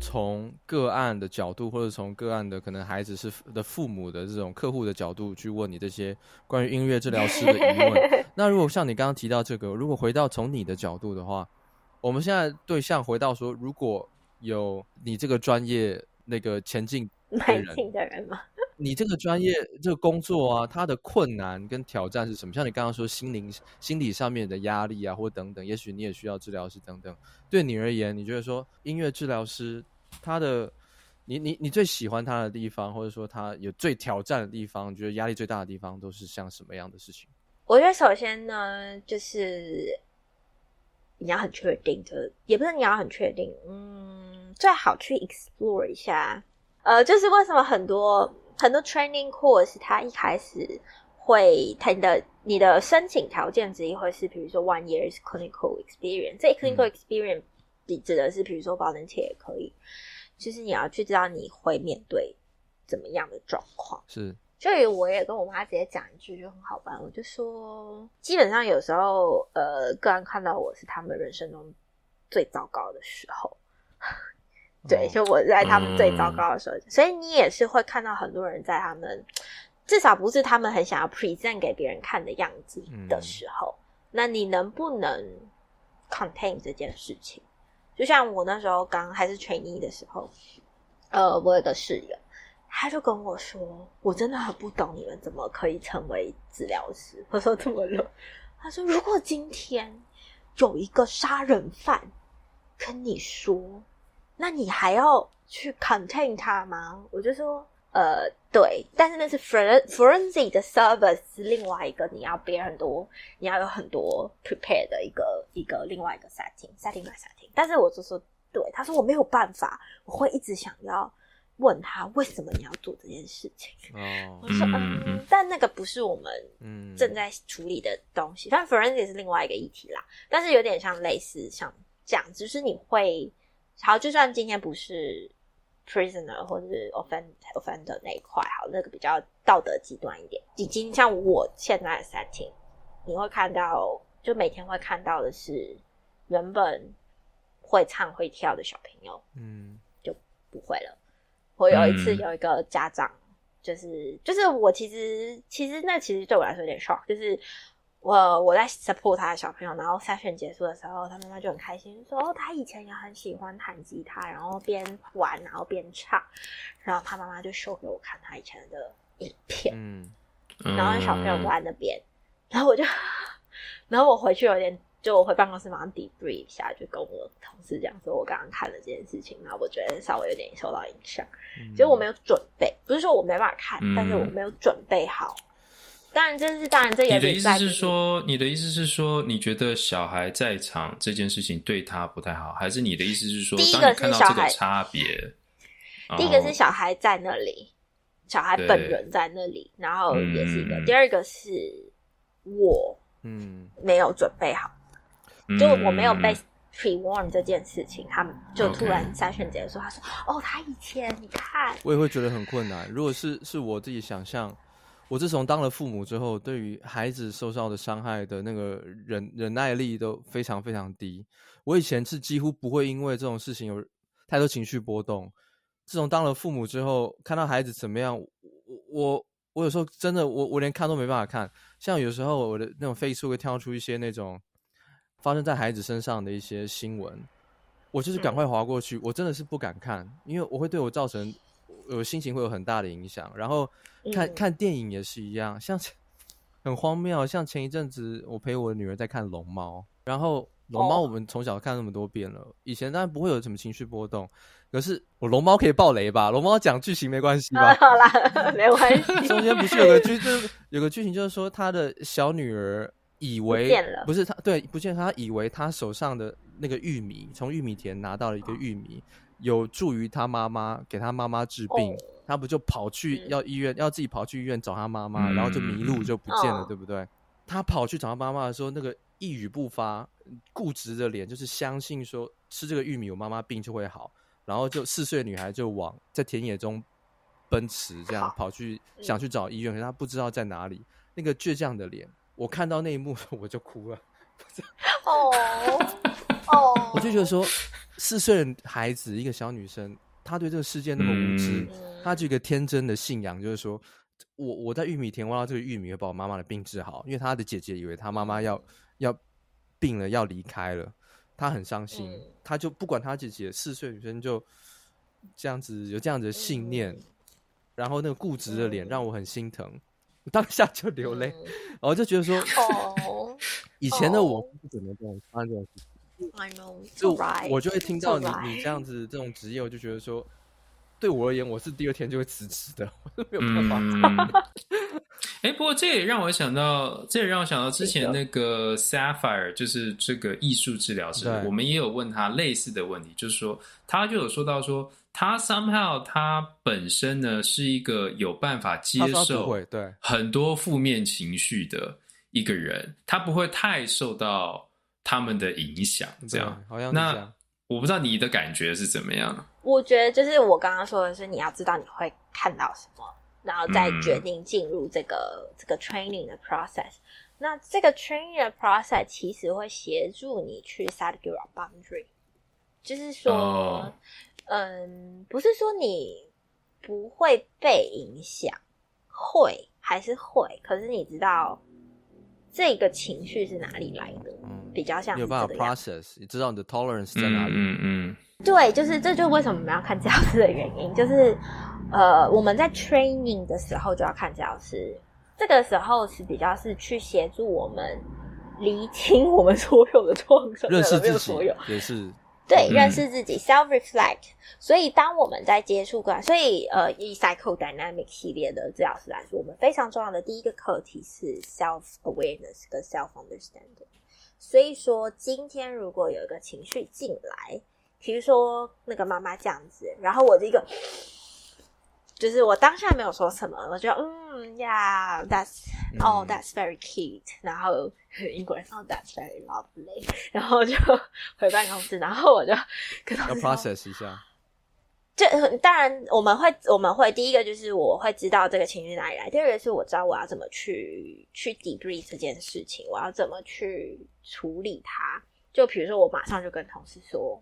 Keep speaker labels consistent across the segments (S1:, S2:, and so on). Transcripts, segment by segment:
S1: 从个案的角度，或者从个案的可能孩子是的父母的这种客户的角度去问你这些关于音乐治疗师的疑问。那如果像你刚刚提到这个，如果回到从你的角度的话，我们现在对象回到说，如果有你这个专业那个前进
S2: 蛮近的人嘛，
S1: 你这个专业这个工作啊，它的困难跟挑战是什么？像你刚刚说心灵、心理上面的压力啊，或等等，也许你也需要治疗师等等。对你而言，你觉得说音乐治疗师他的，你你你最喜欢他的地方，或者说他有最挑战的地方，你觉得压力最大的地方都是像什么样的事情？
S2: 我觉得首先呢，就是你要很确定，就是也不是你要很确定，嗯，最好去 explore 一下。呃，就是为什么很多很多 training course 它一开始会它你的你的申请条件之一会是，比如说 one years clinical experience，这 clinical experience 你指的是，比如说 volunteer 也可以，就是你要去知道你会面对怎么样的状况。
S1: 是，
S2: 所以我也跟我妈直接讲一句就很好玩，我就说，基本上有时候呃，个人看到我是他们人生中最糟糕的时候。对，就我在他们最糟糕的时候，嗯所以你也是会看到很多人在他们至少不是他们很想要 present 给别人看的样子的时候，那你能不能 contain 这件事情？就像我那时候刚还是 trainee 的时候，呃，我有个室友，他就跟我说：“我真的很不懂你们怎么可以成为治疗师。”我说：“怎么了？”他说：“如果今天有一个杀人犯跟你说。”那你还要去 contain 他吗？我就说，呃，对，但是那是 fore forensic 的 service 是另外一个你要别很多，你要有很多 prepare 的一个一个另外一个 setting setting by setting。但是我就说，对，他说我没有办法，我会一直想要问他为什么你要做这件事情。
S1: 哦
S2: 我说，嗯，但那个不是我们
S1: 嗯，
S2: 正在处理的东西，但 forensic 是另外一个议题啦，但是有点像类似像这样，只是你会。好，就算今天不是 prisoner 或者是 offend offender 那一块，好，那个比较道德极端一点。已经像我现在的 setting，你会看到，就每天会看到的是原本会唱会跳的小朋友
S1: 嗯
S2: 不会了。我有一次
S3: 嗯
S2: 有一个家长，就是就是我其实其实那其实对我来说有点 shock，就是我我在 support 他的小朋友，然后筛选结束的时候，他妈妈就很开心说，哦，他以前也很喜欢弹吉他，然后边玩然后边唱，然后他妈妈就 show 给我看他以前的影片，
S1: 嗯，
S2: 然后小朋友都在那边，然后我就， 然后我回去有点，就我回办公室马上 debrief 一下，就跟我同事讲说，我刚刚看了这件事情，然后我觉得稍微有点受到影响，
S1: 嗯
S2: 其实我没有准备，不是说我没办法看，
S3: 嗯
S2: 但是我没有准备好。当然，这是当然，这
S3: 你
S2: 也
S3: 的意
S2: 是
S3: 思
S2: 在
S3: 是说，你的意思是说，你觉得小孩在场这件事情对他不太好，还是你的意思是说
S2: 第一，个
S3: 当你
S2: 是
S3: 看到
S2: 小
S3: 这个
S2: 孩
S3: 差别，
S2: 第一个
S3: 然后
S2: 是小孩在那里，小孩
S3: 哦对
S2: 本人在那里，然后也是一个；
S3: 嗯
S2: 第二个是我
S1: 嗯
S2: 没有准备好。就
S3: 嗯
S2: 我没有被 pre warn 这件事情，他们就
S3: OK
S2: 突然筛选结束，他说：“哦，他以前你看，
S1: 我也会觉得很困难。如果是是我自己想象，我自从当了父母之后，对于孩子受到的伤害的那个忍忍耐力都非常非常低。我以前是几乎不会因为这种事情有太多情绪波动。自从当了父母之后，看到孩子怎么样，我我我有时候真的我我连看都没办法看。像有时候我的那种 Facebook 会跳出一些那种发生在孩子身上的一些新闻，我就是赶快划过去，我真的是不敢看，因为我会对我造成我心情会有很大的影响。然后看、
S2: 嗯
S1: 看电影也是一样，像前很荒谬，像前一阵子我陪我女儿在看《龙猫》，然后《龙猫》
S2: 哦
S1: 我们从小看那么多遍了，以前当然不会有什么情绪波动，可是我《龙猫》可以爆雷吧？《龙猫》讲剧情没关系吧
S2: 啊？好啦， 没关系，
S1: 中间不是有个剧，就是有个剧情，就是说他的小女儿以为
S2: 不见了
S1: 是他对不见了，他以为他手上的那个玉米，从玉米田拿到了一个玉米，有助于他妈妈给他妈妈治病，
S2: 哦
S1: 他不就跑去
S2: 嗯
S1: 要医院，要自己跑去医院找他妈妈，
S3: 嗯
S1: 然后就迷路就不见了，
S2: 哦
S1: 对不对？他跑去找他妈妈的时候，那个一语不发，固执的脸，就是相信说吃这个玉米，我妈妈病就会好。然后就四岁的女孩就往在田野中奔驰，这样
S2: 好
S1: 跑去想去找医院，可是她不知道在哪里。那个倔强的脸， 我看到那一幕我就哭了，
S2: 哦哦，
S1: 我就觉得说，四岁的孩子，一个小女生，她对这个世界那么无知，
S2: 嗯
S1: 她就有一个天真的信仰，就是说我我在玉米田挖到这个玉米，会把我妈妈的病治好，因为她的姐姐以为她妈妈要要病了，要离开了，她很伤心，
S2: 嗯
S1: 她就不管她姐姐，四岁女生就这样子有这样子的信念，
S2: 嗯
S1: 然后那个固执的脸
S2: 嗯
S1: 让我很心疼，当下就流泪，
S2: 嗯
S1: 然后就觉得说
S2: 哦
S1: 以前的我
S2: 哦
S1: 不怎么这样发生这种事情。
S2: ，I know，
S1: 就
S2: right，
S1: 我就会听到你
S2: It's alright
S1: 你这样子这种职业，我就觉得说，对我而言，我是第二天就会辞职的，我是没有办法。
S3: 嗯， 哎，不过这也让我想到，这也让我想到之前那个 Sapphire，就是这个艺术治疗师
S1: 对，
S3: 我们也有问他类似的问题，就是说他就有说到说，他 somehow 他本身呢是一个有办法接
S1: 他说他
S3: 受
S1: 不会，对，
S3: 很多负面情绪的一个人，他不会太受到他们的影响，这样
S1: 对。好像是这
S3: 那
S1: 样。
S3: 我不知道你的感觉是怎么样？
S2: 我觉得就是我刚刚说的是，你要知道你会看到什么，然后再
S3: 嗯
S2: 决定进入这个、这个 training 的 process。那这个 training 的 process 其实会协助你去 set your boundary，就是说
S3: 哦
S2: 嗯，不是说你不会被影响，会还是会，可是你知道这个情绪是哪里来的，
S1: 嗯
S2: 比较像
S1: 你
S2: 是
S1: 有办
S2: 这
S1: 法
S2: 个样子
S1: process，你知道你的 tolerance 在哪
S3: 嗯
S1: 里。
S3: 嗯嗯，
S2: 对，就是这就是为什么我们要看治疗师的原因，就是呃，我们在 training 的时候就要看治疗师，这个时候是比较是去协助我们厘清我们所有的创伤，
S1: 认识
S2: 没有
S1: 自己
S2: 所有，
S1: 也 是
S2: 对，
S3: 嗯
S2: 认识自己，self reflect。所以，当我们在接触个，所以呃，以 psychodynamic 系列的治疗师来说，我们非常重要的第一个课题是 self awareness 跟 self understanding。所以说，今天如果有一个情绪进来，比如说那个妈妈这样子，然后我这个。就是我当下没有说什么，我就嗯呀、yeah,，that's 哦、that's very cute，然后英国人哦、that's very lovely，然后就 回办公室，然后我就跟
S1: 要
S2: 同事说
S1: process 一下。
S2: 这当然我们会我们会第一个就是我会知道这个情绪哪里来，第二个是我知道我要怎么去去 debrief 这件事情，我要怎么去处理它。就比如说我马上就跟同事说，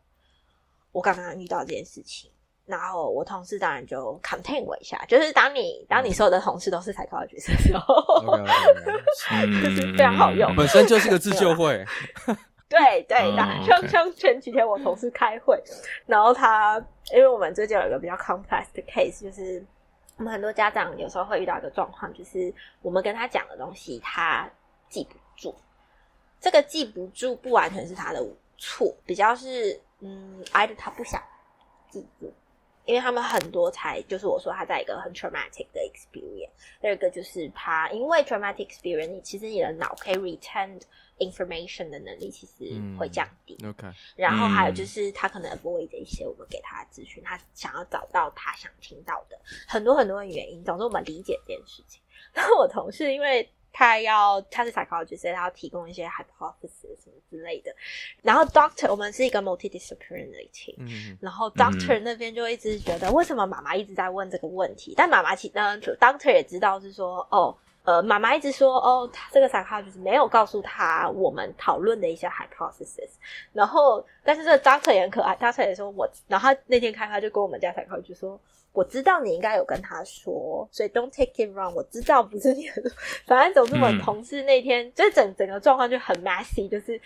S2: 我刚刚遇到这件事情。然后我同事当然就 contain 我一下，就是当你当
S1: 嗯
S2: 你所有的同事都是才高的角色的时候
S1: OK OK，
S3: 嗯
S2: 非常好用
S1: 本身就是个自救会，
S2: 对对
S3: 哦
S2: 的，像
S3: OK
S2: 像前几天我同事开会，然后他因为我们最近有一个比较 complex 的 case，就是我们很多家长有时候会遇到一个状况，就是我们跟他讲的东西他记不住，这个记不住不完全是他的错，比较是嗯，either 他不想记住，因为他们很多才就是我说他在一个很 traumatic 的 experience。第二个就是他因为 traumatic experience，你其实你的脑可以 retain information 的能力其实会降低。
S1: OK，
S2: 然后还有就是他可能 avoid 一些我们给他的资讯，他想要找到他想听到的很多很多的原因。总之，我们理解这件事情。然后我同事因为他要他是 psychologist，所以他要提供一些 hypothesis 什么之类的。然后 doctor 我们是一个 multidisciplinary team，
S1: 嗯，
S2: 然后 doctor 那边就一直觉得，为什么妈妈一直在问这个问题？但妈妈其嗯、就 doctor 也知道是说，哦，呃，妈妈一直说，哦，她这个 psychologist 没有告诉他我们讨论的一些 hypothesis。然后，但是这个 doctor 也很可爱，doctor 也说我，然后他那天开会他就跟我们家 psychologist 说，我知道你应该有跟他说，所以 don't take it wrong，我知道不是你的错，反正总之我
S3: 嗯
S2: 同事那天、就是整整个状况就很 messy，就是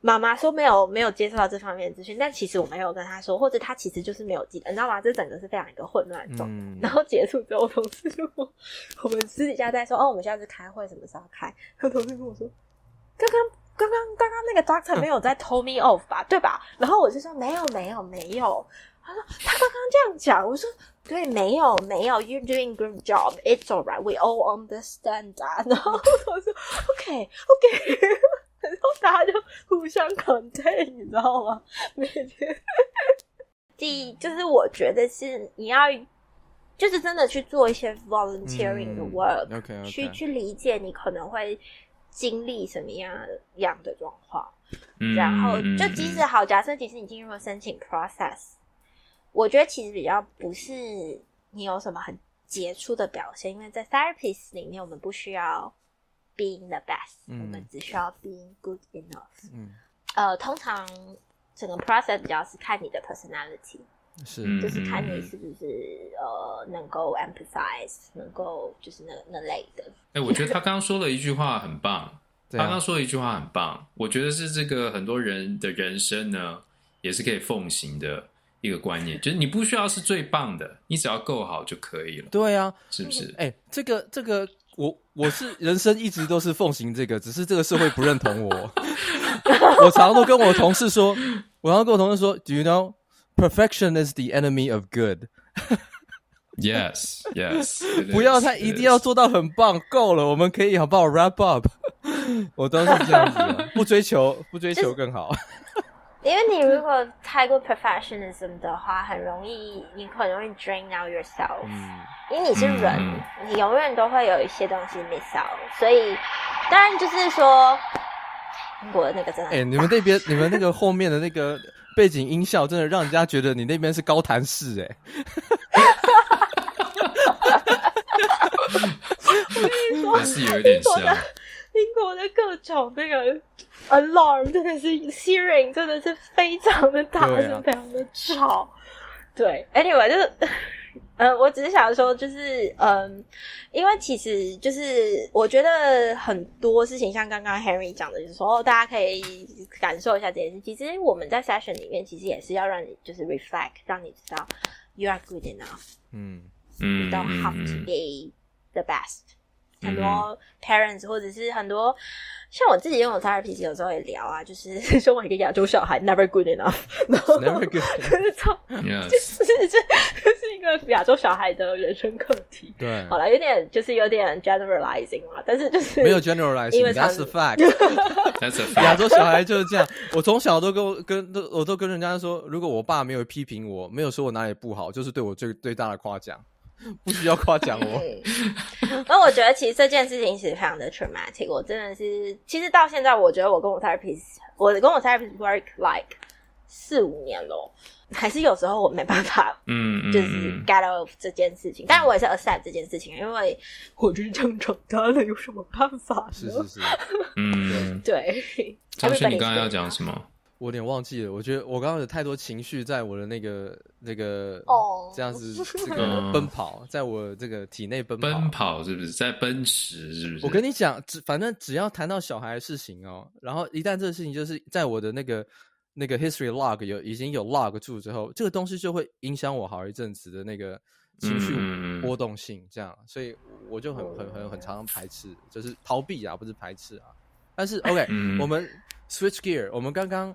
S2: 妈妈说没有没有接受到这方面的资讯，但其实我没有跟她说，或者她其实就是没有记得，你知道吗？这整个是非常一个混乱的 状态。
S1: 嗯
S2: 然后结束之后，我同事就跟我，我们私底下在说，哦，我们下次开会什么时候开？然后同事跟我说，刚刚刚刚刚刚那个 doctor 没有在 told me off 吧，对吧？然后我就说没有没有没有，他说他刚刚这样讲，我说对，没有没有，you're doing good job，it's alright，we all understand 啊。 然后我说 OK OK，然后大家就互相 contain，你知道吗？ 每天。第一就是我觉得是你要，就是真的去做一些
S1: 嗯
S2: volunteering 的 work，、
S1: OK
S2: 去
S1: OK，
S2: 去理解你可能会经历什么样样的状况，
S3: 嗯
S2: 然后
S3: 嗯
S2: 就即使
S3: 嗯
S2: 好，假设即使你进入了申请 process，我觉得其实比较不是你有什么很杰出的表现，因为在 therapist 里面我们不需要 being the best，、
S1: 嗯
S2: 我们只需要 being good enough。
S1: 嗯
S2: 呃，通常整个 process 比较是看你的 personality，
S1: 是，
S3: 嗯
S2: 就是看你是不是呃能够 empathize，能够就是那那类的。
S3: 哎、我觉得他刚刚说了一句话 很棒，
S1: 这
S3: 他刚刚
S1: 样
S3: 说了一句话很棒，我觉得是这个很多人的人生呢，也是可以奉行的一个观念，就是你不需要是最棒的，你只要够好就可以了，
S1: 对啊，
S3: 是不是？
S1: 哎、这个这个，我我是人生一直都是奉行这个，只是这个社会不认同我。 我常常都跟我同事说，我常常跟我同事说，Do you know perfection is the enemy of good？
S3: Yes, yes. it
S1: 不要
S3: is,
S1: 他
S3: it
S1: 一定要
S3: is
S1: 做到很棒，够了，我们可以好不好？Wrap up，我都是这样子的，不追求不追求更好。
S2: 因为你如果太过 perfectionism 的话，很容易你很容易 drain out yourself，、
S1: 嗯，
S2: 因为你是人，
S3: 嗯
S2: 你永远都会有一些东西 miss out，所以当然就是说英国的那个真的
S1: 哎、
S2: 很
S1: 你们那边你们那个后面的那个背景音效，真的让人家觉得你那边是高谭市哎、
S3: 还是有一点
S2: 英国
S3: 像
S2: 的。英国的各种那个 alarm 真的是 hearing 真的是非常的大
S1: 对啊
S2: 声，非常的吵。对，anyway 就是，呃，我只是想说，就是嗯，因为其实就是我觉得很多事情，像刚刚 Henry 讲的，就是说哦，大家可以感受一下这件事。其实我们在 session 里面，其实也是要让你就是 reflect，让你知道 you are good enough。
S1: 嗯，
S3: 嗯
S2: don't have
S3: 嗯
S2: to
S3: 嗯
S2: be the best。很
S3: 嗯
S2: 多 parents 或者是很多像我自己用我 therapy 有时候也聊啊，就是 说我一个亚洲小孩 never good enough，然 后
S1: Never good
S2: 就是超
S3: Yes，
S2: 是这这是一个亚洲小孩的人生课 题。
S1: 对，
S2: 好了，有点就是有点 generalizing 嘛，但是就是
S1: 嗯没有
S2: 因为
S1: generalizing，that's
S2: 常
S1: a fact。
S3: that's a
S1: 亚
S3: fact。
S1: 洲小孩就是这样。我从小都跟我跟都我都跟人家说，如果我爸没有批评我，没有说我哪里不好，就是对我最最大的夸奖，不需要夸奖 我。
S2: 嗯，那我觉得其实这件事情其实非常的 traumatic。我真的是，其实到现在，我觉得我跟我 therapist，我跟我 therapist work like 四五年咯，还是有时候我没办法，
S3: 嗯嗯
S2: 就是
S3: 嗯
S2: get off 这件事情。但我也是 accept 这件事情，因为我就是这样长大的，有什么办法呢？
S1: 是是是，
S3: 嗯，
S2: 对，
S3: 张轩，
S2: Everybody's
S3: 你刚刚要
S2: good
S3: 讲什么？
S1: 我有点忘记了。我觉得我刚刚有太多情绪在我的那个那个
S2: 哦
S1: 这样子这个
S3: 嗯
S1: 奔跑，在我这个体内奔
S3: 奔跑是不是在奔驰？是不是？
S1: 我跟你讲，只反正只要谈到小孩的事情哦，然后一旦这个事情就是在我的那个那个 history log 有已经有 log 住之后，这个东西就会影响我好一阵子的那个情绪
S3: 嗯嗯嗯
S1: 波动性，这样，所以我就很很很很常常排斥，就是逃避啊，不是排斥啊。但 是 OK，、
S3: 嗯
S1: 我们 switch gear，我们刚刚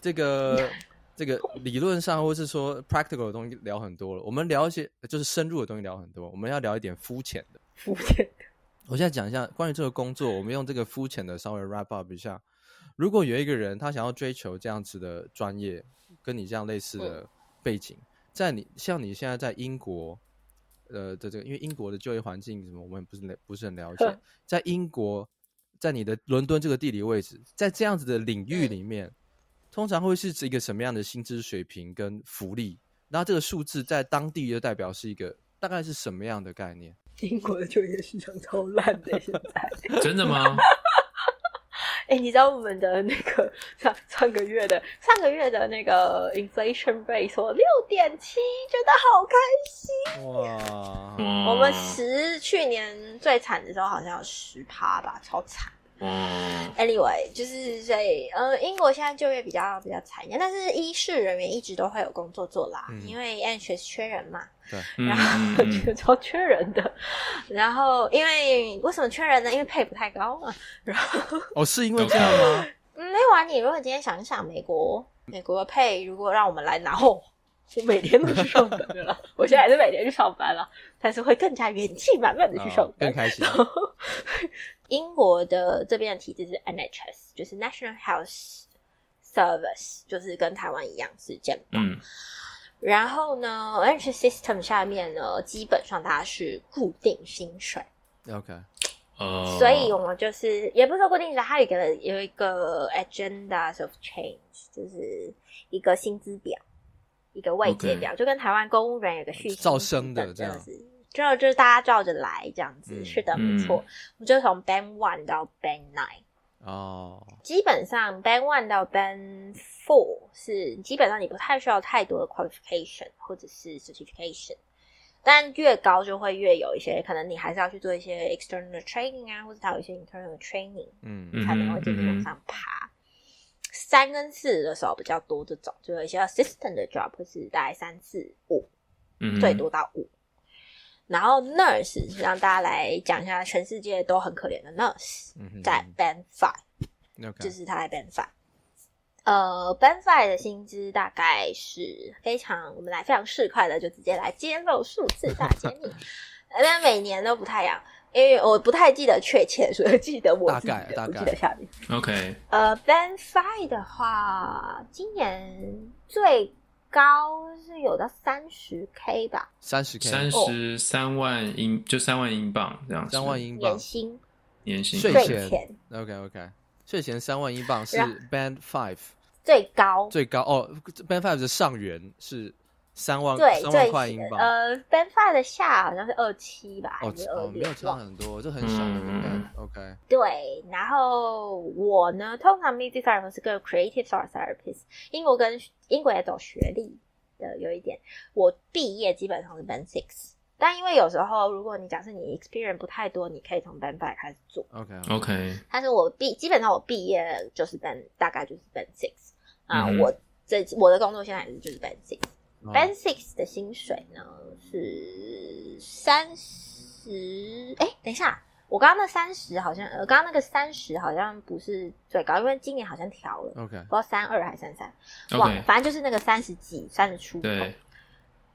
S1: 这个这个理论上或是说 practical 的东西聊很多了，我们聊一些就是深入的东西聊很多，我们要聊一点肤浅的。
S2: 肤浅。
S1: 我现在讲一下关于这个工作，我们用这个肤浅的稍微 wrap up 一下。如果有一个人他想要追求这样子的专业，跟你这样类似的背景，在你像你现在在英国，呃的这个，因为英国的就业环境什么，我们不是了不是很了解
S2: 呵。
S1: 在英国，在你的伦敦这个地理位置，在这样子的领域里面，通常会是指一个什么样的薪资水平跟福利？那这个数字在当地又代表是一个大概是什么样的概念？
S2: 英国的就业市场超烂的， 现在。
S3: 真 的吗？
S2: 哎、你知道我们的那个 上上个月的上个月的那个 inflation rate 说六点七，觉得好开心。
S1: 哇，
S3: 哇
S2: 我们十去年最惨的时候好像有十趴吧，超惨。
S3: 哇
S2: Anyway，就是所以，呃，英国现在就业比较比较惨一点，但是医事人员一直都会有工作做啦，
S1: 嗯
S2: 因为 NHS 缺人嘛。
S3: 嗯
S2: 然
S3: 嗯
S2: 后
S3: 嗯
S2: 就超 缺人的。然后因为为什么缺人呢？因为配不太高嘛。然后
S1: 哦，是因为这样吗？
S2: 嗯没有啊，你如果今天想一想，美国美国的配如果让我们来拿后。我每天都去上班的了，我现在还是每天去上班了，但是会更加元气满满的去上
S1: 哦
S2: 班
S1: 更。开心
S2: 然。后 英国的这边的体制是 NHS，就是 National Health Service，就是跟台湾一样是健保。
S3: 嗯
S2: 然后呢，NHS system 下面呢，基本上它是固定薪水，
S1: OK，
S3: 哦，
S2: 所以我们就是也不是说固定薪水，它有一个有一个 agendas of change，就是一个薪资表，一个位阶表就跟台湾公务员有个续薪
S1: 哦照升的
S2: 基本
S1: 这样
S2: 子。之后就是大家照着来这样子，
S1: 嗯
S2: 是的，
S3: 嗯
S2: 没错。我们就从 Band One 到 Band Nine，
S1: 哦，
S2: 基本上 Band One 到 Band four 是基本上你不太需要太多的 qualification 或者是 certification，但越高就会越有一些，可能你还是要去做一些 external training 啊，或者它有一些 internal training，
S1: 嗯
S3: 嗯
S2: 才能会继续往上爬。三跟四的时候比较多这种，就有一些 assistant 的 job 会是大概三四五
S3: 嗯，
S2: 最多到五。然后 nurse 是让大家来讲一下全世界都很可怜的 nurse，
S1: 嗯哼
S2: 在 band five，
S1: ，OK，
S2: 就是他在 band five。呃，band five 的薪资大概是非常，我们来非常市侩的就直接来揭露数字大揭 秘，呃但每年都不太一样，因为我不太记得确切，所以记得我
S1: 大
S2: 自己
S1: 概
S2: 的
S1: 大
S2: 不记
S1: 概
S2: 得下面。
S3: 嗯 OK，
S2: 呃，Band Five 的话，今年最高是有到三十 K 吧，
S1: 三十 K，
S3: 三十三万英就三万英镑这样子，
S1: 三万英
S2: 年
S1: 镑，
S2: 薪
S3: 年薪
S1: 税
S2: 税
S1: 前
S2: 前
S1: OK OK，税前三万英镑是
S2: 然
S1: Band Five
S2: 最高，
S1: 最高哦，Band Five 的上缘是三万
S2: 对
S1: 三万
S2: 最
S1: 块英镑。
S2: 呃，Band Five 的下好像是二七吧，
S1: 哦
S2: 还是
S1: 哦，
S2: 二
S1: 没
S2: 六
S1: 有、差很多，这很小的一个
S3: 嗯
S1: band。OK，
S2: 对，然后我呢，通常 music therapist 跟 creative art therapist，英国跟英国也走学历的有一点，我毕业基本上是 Band Six，但因为有时候如果你假设你 experience 不太多，你可以从 Band Five 开始做。
S1: OK，
S3: OK，
S2: 但是我毕基本上我毕业就是 Band 大概就是 Band Six 啊，
S3: 嗯哼
S2: 我这我的工作现在还是就是 Band Six。
S1: 哦
S2: Band Six 的薪水呢是三十，哎，等一下，我刚刚那三十好像，呃，刚刚那个三十好像不是最高，因为今年好像调了，
S1: OK，
S2: 不知道三二还是三三，哇
S3: OK，
S2: 反正就是那个三十几、三十出头。
S3: 对，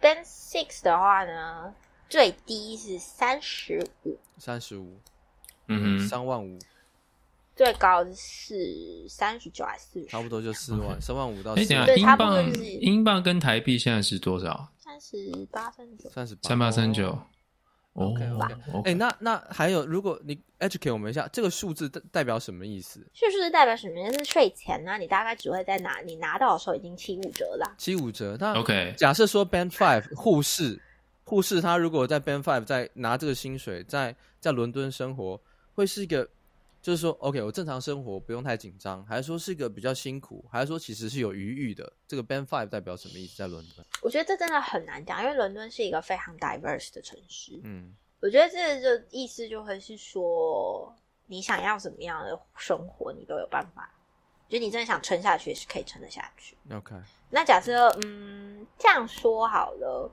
S2: Band Six 的话呢，最低是三十五，
S1: 三十五，
S3: 嗯哼，
S1: 三万五，
S2: 最高是三十九还是四十？
S1: 差不多就四万，三万五到
S3: 哎，等一
S1: 四
S3: 下
S1: 万
S2: 对
S3: 英
S2: 差不多
S3: 镑
S2: 就是
S3: 英镑跟台币现在是多少？
S2: 三十八、三十九。
S1: 三十八，
S3: 三八三九。哦
S1: OK，哎、
S3: ，OK，
S1: 那那还有，如果你 educate 我们一下，这个数字代代表什么意思？
S2: 这就是代表什么？就是税前呢，你大概只会在拿你拿到的时候已经七五折啦、
S1: 七五折。那
S3: OK，
S1: 假设说 Band Five 护士，护士他如果在 Band Five 在拿这个薪水，在在伦敦生活，会是一个，就是说 OK，我正常生活不用太紧张，还是说是一个比较辛苦，还是说其实是有余裕的？这个 Band Five 代表什么意思？在伦敦？
S2: 我觉得这真的很难讲，因为伦敦是一个非常 diverse 的城市。
S1: 嗯
S2: 我觉得这就意思就会是说，你想要什么样的生活，你都有办法。就你真的想撑下去，是可以撑得下去。
S1: 嗯，OK，
S2: 那假设，嗯，这样说好了，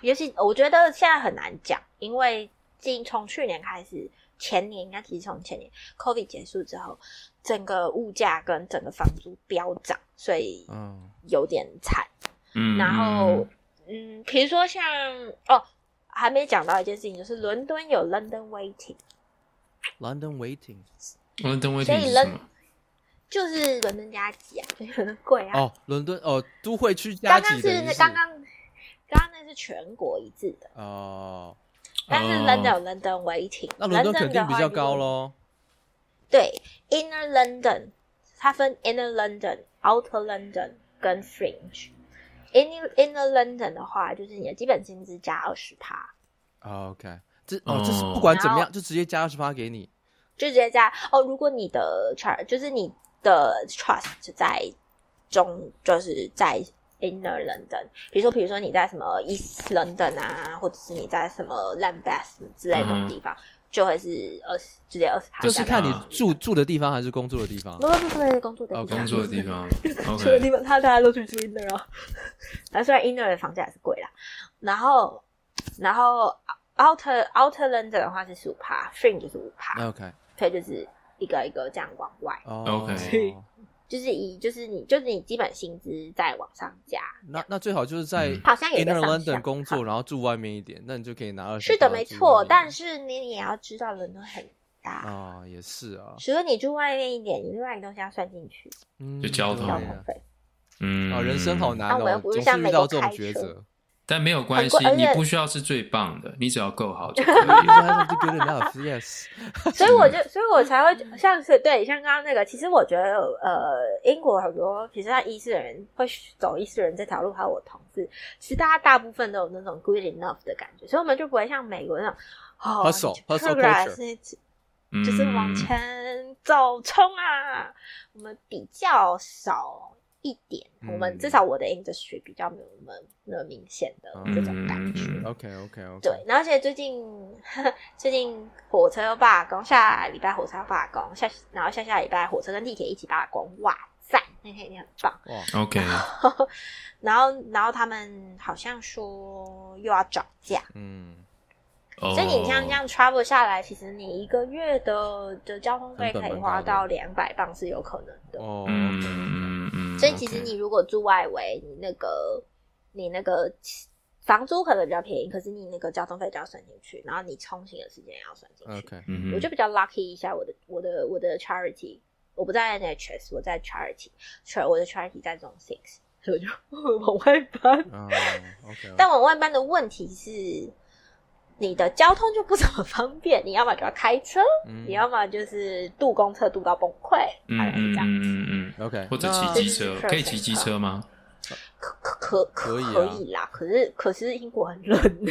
S2: 尤其我觉得现在很难讲，因为进从去年开始，前年应该其实从前年 COVID 结束之后，整个物价跟整个房租飙涨，所以
S1: 嗯
S2: 有点惨。
S3: 嗯，
S2: 然后，嗯，比如说像哦，还没讲到一件事情，就是伦敦有 London waiting，
S1: ，London waiting，
S3: 伦敦威
S2: 所
S3: 廷
S2: 以
S3: 是
S2: 伦
S3: 什么？
S2: 就是伦敦加急啊，就是伦敦贵啊。
S1: 哦，伦敦哦，都会区加
S2: 刚刚
S1: 几
S2: 是
S1: 的
S2: 那
S1: 仪式
S2: 刚刚刚刚那是全国一致的，
S1: 哦，
S2: 但是
S3: 哦
S2: London 有 London waiting，
S1: 那伦敦肯定
S2: 的
S1: 比
S2: 话
S1: 较高
S2: 如果。
S1: 喽。
S2: 对，Inner London 它分 Inner London、Outer London 跟 Fringe。Inner Inner London 的话，就是你的基本薪资加二十趴，
S1: 哦 OK，这哦，这是
S3: 哦
S1: 不管怎么
S2: 然
S1: 样，就直接加二十八给你。
S2: 就直接在哦，如果你的 trust 就是你的 trust 在中，就是在 inner London，比如说比如说你在什么 East London 啊，或者是你在什么 Lambeth 之类的
S3: 嗯哼
S2: 地方，就会是二十直接二十趴，
S1: 就是看你
S3: 啊
S1: 住住的地方还是工作的地方
S2: 不。不不不，工作的
S1: 哦
S2: 地方，
S3: 工作的地 方
S2: 所有
S3: ，OK，
S2: 地方他大家都去住 inner 啊。 那虽然 inner 的房价也是贵啦，然后然后 outer outer London 的话是十五趴，fringe 就是五趴，
S1: OK，
S2: 所以就是一个一个这样往外。
S1: 哦
S3: OK
S2: 所以就是以就是你就是你基本薪资再往上加，
S1: 那那最好就是在
S3: 嗯
S2: 好像有一个
S1: Inner
S2: 上下
S1: London 工作，然后住外面一点，那你就可以拿二十。
S2: 是的，没错。但
S1: 是
S2: 是你也要知道，伦敦很大，
S1: 啊、也是啊，
S2: 除了你住外面一点，你另外一个东西要算进去，
S1: 嗯
S3: 就交通
S1: 对
S2: 交
S1: 啊
S2: 通费。
S3: 嗯，
S1: 哦，人生好难
S2: 啊我
S1: 哦
S2: 又，不是
S1: 总
S2: 像
S1: 是
S2: 美
S1: 遇到
S2: 国
S1: 这种
S2: 开
S1: 抉
S2: 车
S1: 择。
S3: 但没有关系
S2: 很，贵
S3: 你
S2: 而且
S3: 不需要是最棒的，你只要够好就可以
S1: You。just have to be good enough, yes.
S2: 所以我 就，所以我才会像是对，像刚刚那个，其实我觉得，呃，英国很多，比如像医师的人会走医师人这条路，还有我同事，其实大家大部分都有那种 good enough 的感觉，所以我们就不会像美国那种，哦
S1: Hustle，
S2: 你去
S1: hustle
S2: progress，
S1: culture
S2: 你
S3: 嗯
S2: 就是往前走冲啊，我们比较少一点。
S1: 嗯
S2: 我们至少我的 industry 比较没有那么那么明显的这种感觉。
S3: 嗯嗯嗯嗯
S1: OK OK OK，
S2: 对，然后而且最近 最近火车要罢工，下礼拜火车要罢工，下然后下下礼拜火车跟地铁一起罢工，哇赞，那天一定很棒。
S1: 哇，
S3: OK，
S2: 然后然后他们好像说又要涨价，
S1: 嗯，
S3: 哦，
S2: 所以你像这样 travel 下来，其实你一个月的的交通费
S1: 成本
S2: 可
S1: 蛮
S2: 以花
S1: 高的
S2: 到两百磅是有可能的。
S1: 哦，
S3: 嗯，嗯嗯嗯，
S2: 所以其实
S3: OK
S2: 你如果住外围，你那个你那个房租可能比较便宜，可是你那个交通费就要算进去，然后你通勤的时间也要算进去。
S1: OK，
S3: 嗯哼
S2: 我就比较 lucky 一下，我的我的我的 charity，我不在 NHS，我在 charity，tra- 我的 charity 在 Zone Six，所以我就 往外
S3: 嗯
S2: 搬。
S1: 啊，OK，
S2: 但往外搬的问题是，你的交通就不怎么方便，你要么就要开车，
S1: 嗯
S2: 你要么就是渡公车渡到崩溃，
S3: 嗯
S2: 大概是
S3: 嗯
S2: 这样子。
S3: 嗯嗯嗯，
S1: OK，
S3: 或者
S1: 那
S3: 骑机车，
S2: 那
S3: 可以骑机车吗？
S2: 可可可
S1: 可以啊
S2: 可以啦，可是可是英国很冷呢、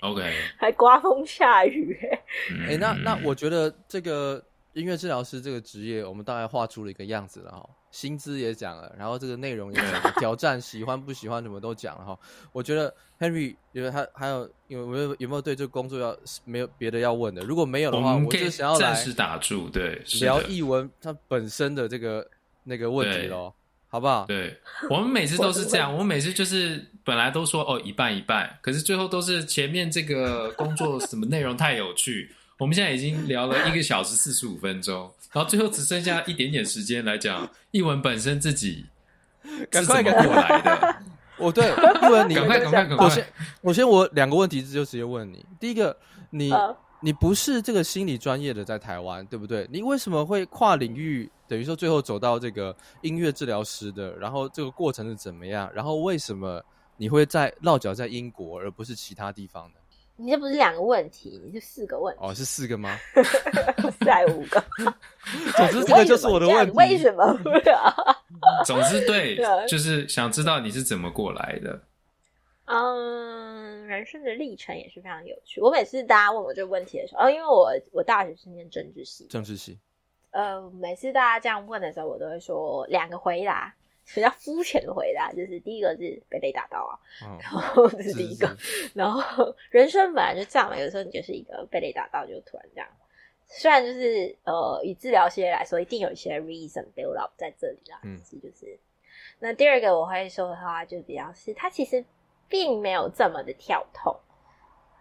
S1: 哦
S3: OK，
S2: 还刮风下雨、欸，
S1: 哎、
S3: 哎、
S1: 那那我觉得这个音乐治疗师这个职业，我们大概画出了一个样子了哈。薪资也讲了，然后这个内容也讲 了，挑战、喜欢不喜欢什么都讲了哈。我觉得 Henry 觉得他还有有没有有没有对这个工作要没有别的要问的？如果没有的
S3: 嗯我
S1: 话，
S3: 们
S1: 我
S3: 可以
S1: 就想要
S3: 暂
S1: 来
S3: 时打住，对，是
S1: 聊
S3: 的
S1: 译文它本身的这个那个问题
S3: 对
S1: 喽，好不好？
S3: 对，我们每次都是这样，我们每次就是本来都说哦一半一半，可是最后都是前面这个工作什么内容太有趣，我们现在已经聊了一个小时四十五分 钟，然后最后只剩下一点点时间来讲译文本身自己
S1: 赶
S3: 是
S1: 快
S3: 怎么
S1: 赶
S3: 过来的，
S1: 我哦对译 文你，
S3: 赶快赶快 赶
S1: 我
S3: 快
S1: 先，我先我两个问题就直接问你，第一个你。
S2: 呃，
S1: 你不是这个心理专业的，在台湾，对不对？你为什么会跨领域，等于说最后走到这个音乐治疗师的？然后这个过程是怎么样？然后为什么你会在落脚在英国，而不是其他地方呢？
S2: 你这不是两个问题，你是四个问题，
S1: 哦，是四个 吗？
S2: 再五 个。
S1: 总之，这个就是我的问题。
S2: 为什么这样为什么 不了？
S3: 总之对
S2: 对，
S3: 就是想知道你是怎么过来的，
S2: 嗯，人生的历程也是非常有趣。我每次大家问我这个问题的时候，哦，因为我我大学是念政治系，
S1: 政治系
S2: 呃，每次大家这样问的时候，我都会说两个回答，比较肤浅的回答，就是第一个是被雷打到啊，
S1: 哦，
S2: 然后这
S1: 是
S2: 是第一个，
S1: 是是
S2: 然后人生本来就这样嘛，有时候你就是一个被雷打到，就突然这样。虽然就是呃，以治疗学来说，一定有一些 reason build up 在这里啦，
S1: 嗯
S2: 嗯，是就是。那第二个我会说的话，就比较是它其实并没有这么的跳痛，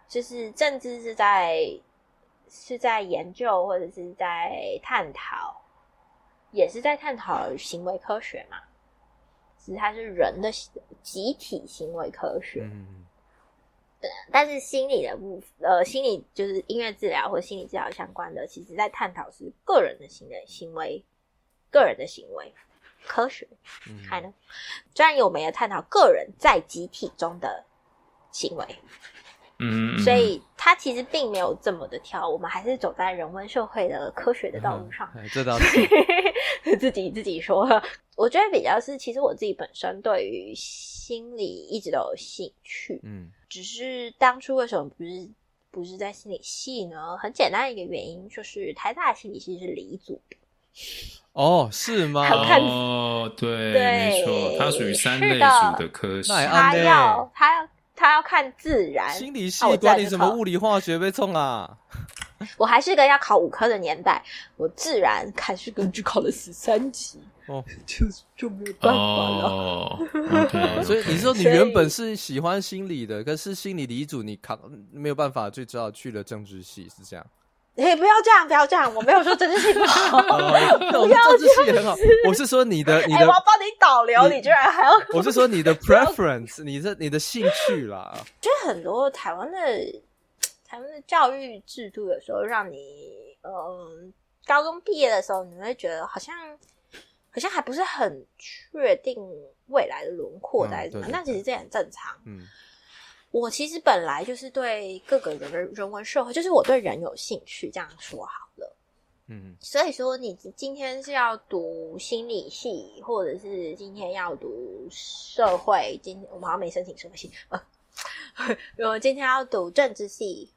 S2: 就是政治是在是在研究或者是在探讨，也是在探讨行为科学嘛，只是它是人的行集体行为科学，
S1: 嗯，
S2: 但是心理的部分，呃，心理就是音乐治疗或心理治疗相关的，其实在探讨是个人的行为行为，个人的行为科学
S1: 嗯
S2: 还能，虽然我们也探讨个人在集体中的行为，
S3: 嗯，嗯嗯
S2: 所以它其实并没有这么的跳，我们还是走在人文社会的科学的道路上。
S1: 哎这倒是
S2: 自己自己说，我觉得比较是，其实我自己本身对于心理一直都有兴趣，
S1: 嗯
S2: 只是当初为什么不是不是在心理系呢？很简单一个原因，就是台大心理系是理组的，
S1: 哦是吗？
S2: 好看
S3: 哦，对，
S2: 对
S3: 没错，它属于三类
S2: 是的
S3: 属的科系哦
S1: 那， 也按
S2: 他
S1: 哎嘞
S2: 要他要他要看自然。
S1: 心理系
S2: 啊我知道
S1: 管你
S2: 就
S1: 什么
S2: 靠
S1: 物理化学被冲啊？
S2: 我还是个要考五科的年代，我自然还是根据考了十三级，
S1: 哦，
S2: 就就没有办法了。
S3: 哦 ，OK，
S1: 所以你说你
S2: 所以
S1: 原本是喜欢心理的，可是心理理组你考没有办法，就只好去了政治系，是 这样。
S2: 哎、不要这样，不要这样，我没有说真的是不好。
S1: 那我
S2: 不
S1: 们
S2: 要
S1: 政治
S2: 这
S1: 系也很好。我是说你 的你
S2: 哎、
S1: 的
S2: 我，要帮你导流，
S1: 你
S2: 你居然还要
S1: 我是说 你的 preference，你的你的兴趣啦。
S2: 就是很多台湾的台湾的教育制度，有时候让你，嗯，高中毕业的时候，你会觉得好像好像还不是很确定未来的轮廓在什么
S1: 嗯对对
S2: 样，但其实这也很正常。
S1: 嗯
S2: 我其实本来就是对各个人人文社会，就是我对人有兴趣，这样说好了。
S1: 嗯
S2: 所以说，你今天是要读心理系，或者是今天要读社会，今我们好像没申请社会系。 呃如果今天要读政治系，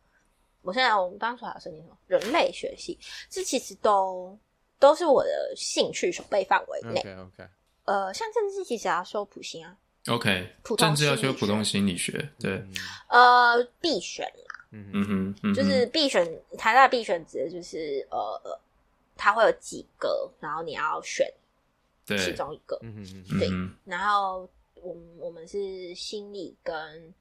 S2: 我现在我们当初还有申请什么人类学系，这其实都都是我的兴趣所备范围内。
S1: 嗯，OK OK，
S3: 嗯
S2: 呃，像政治其实要修普心啊，
S3: OK，
S2: 普通
S3: 政治要
S2: 心
S3: 学
S2: 理
S3: 普
S2: 学
S3: 通心理学，对，
S2: 呃，必选啦，
S1: 嗯
S3: 嗯
S1: 嗯
S3: 哼，嗯哼
S2: 就是必选，台大必选指的就是呃，它会有几个，然后你要选
S3: 对，
S2: 其中一个，
S1: 嗯嗯嗯，
S2: 对
S3: 嗯
S2: 然后我们我们是心理跟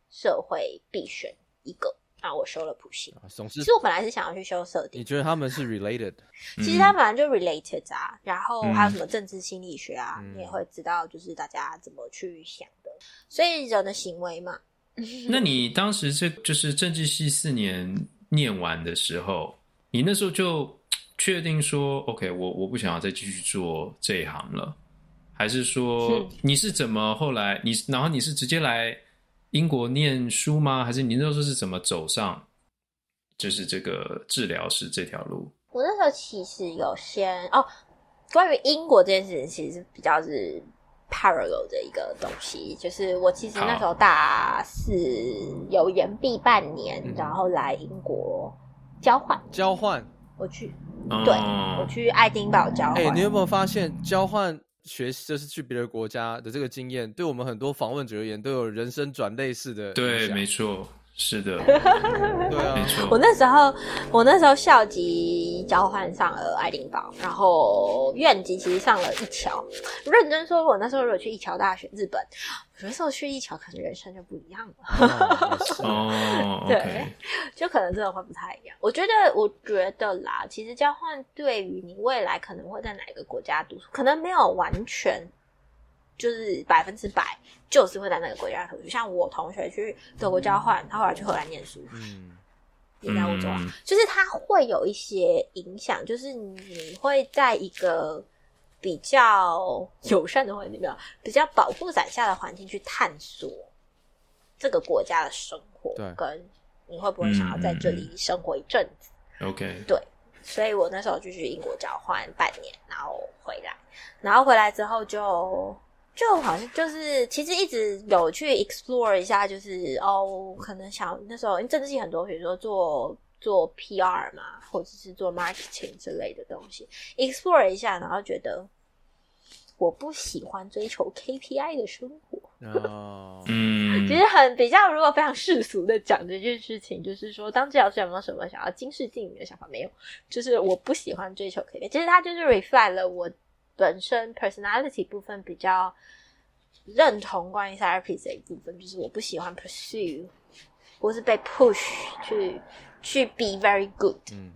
S2: 社会必选一个，那我修了普心。
S1: 啊总之
S2: 其实我本来是想要去修设
S1: 你
S2: 定，
S1: 觉得他们是 related？
S3: 哼，
S2: 其实它本来就 related 啊，然后还有什么政治心理学啊，
S1: 嗯
S2: 你也会知道就是大家怎么去想的，所以人的行为嘛，嗯
S3: 那你当时这就是政治系四年念完的时候，你那时候就确定说，OK，我我不想要再继续做这一行了，还是说
S2: 嗯
S3: 你是怎么后来你然后你是直接来英国念书吗？还是你那时候是怎么走上就是这个治疗师这条路？
S2: 我那时候其实有先哦，关于英国这件事情，其实是比较是 parallel 的一个东西。就是我其实那时候大四有延毕半年
S1: 嗯，
S2: 然后来英国交换，
S1: 交换，
S2: 我去对我
S3: 哦，
S2: 去爱丁堡交换。
S1: 哎、你有没有发
S2: 嗯
S1: 现交换学习就是去别的国家的这个经验，对我们很多访问者而言都有人生转类似的
S3: 对，
S2: 啊
S1: 影响
S3: 没错，是 的，
S1: 对啊
S3: 没，错，
S2: 我那时候，我那时候校级交换上了爱丁堡，然后院级其实上了一桥。认真说，我那时候如果去一桥大学日本，我觉得我去一桥可能人生就不一样了。
S1: 啊也是
S3: 哦
S2: 对
S3: ，OK，
S2: 就可能真的会不太一样。我觉得，我觉得啦，其实交换对于你未来可能会在哪一个国家读书，可能没有完全就是百分之百就是会在那个国家读书。像我同学去德国交换，他后来去荷兰念书，
S1: 嗯，
S2: 也在欧洲啊，
S3: 嗯
S2: 就是它会有一些影响，就是你会在一个。比较友善的环境，比较比较保护伞下的环境去探索这个国家的生活
S1: 对，
S2: 跟你会不会想要在这里生活一阵子。
S3: ，OK，
S2: 所以我那时候就去英国交换半年，然后回来，然后回来之后就就好像就是其实一直有 去 explore 一下，就是哦，可能想那时候因为政治系很多，比如说做做 PR 嘛，或者是做 marketing 之类的东西，explore 一下，然后觉得我不喜欢追求 KPI 的生活。
S1: 哦，
S3: 嗯，
S2: 其实很比较，如果非常世俗的讲这件事情，就是说，当治疗师有没有什么想要经世济名的想法？没有，就是我不喜欢追求 KPI。其实它就是 reflect 了我本身 personality 部分比较认同关于 therapy 这一部分，就是我不喜欢 pursue 或是被 push 去去 be very good。
S1: 嗯，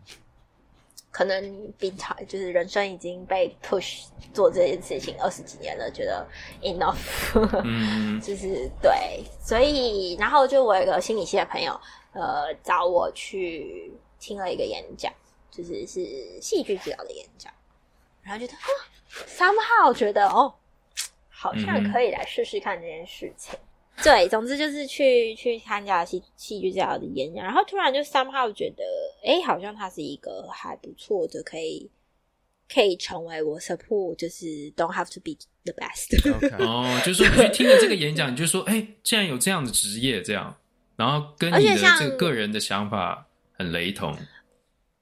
S2: 可能平常就是人生已经被 push 做这件事情二十几年了，觉得 enough。
S3: 嗯，嗯
S2: 就是对，所以然后就我有一个心理系的朋友，呃，找我去听了一个演讲，就是是戏剧治疗的演讲，然后觉得啊，somehow 觉得哦，好像可以来试试看这件事情。对，总之就是去去参加戏戏剧治疗的演讲，然后突然就 somehow 觉得，哎，好像它是一个还不错的，可以可以成为我 support，就是 don't have to be the best。
S1: OK，
S3: 哦，就是说你去听了这个演讲，你就说，哎、竟然有这样的职业，这样，然后跟你
S2: 而
S3: 的
S2: 且像
S3: 这个个人的想法很雷 同，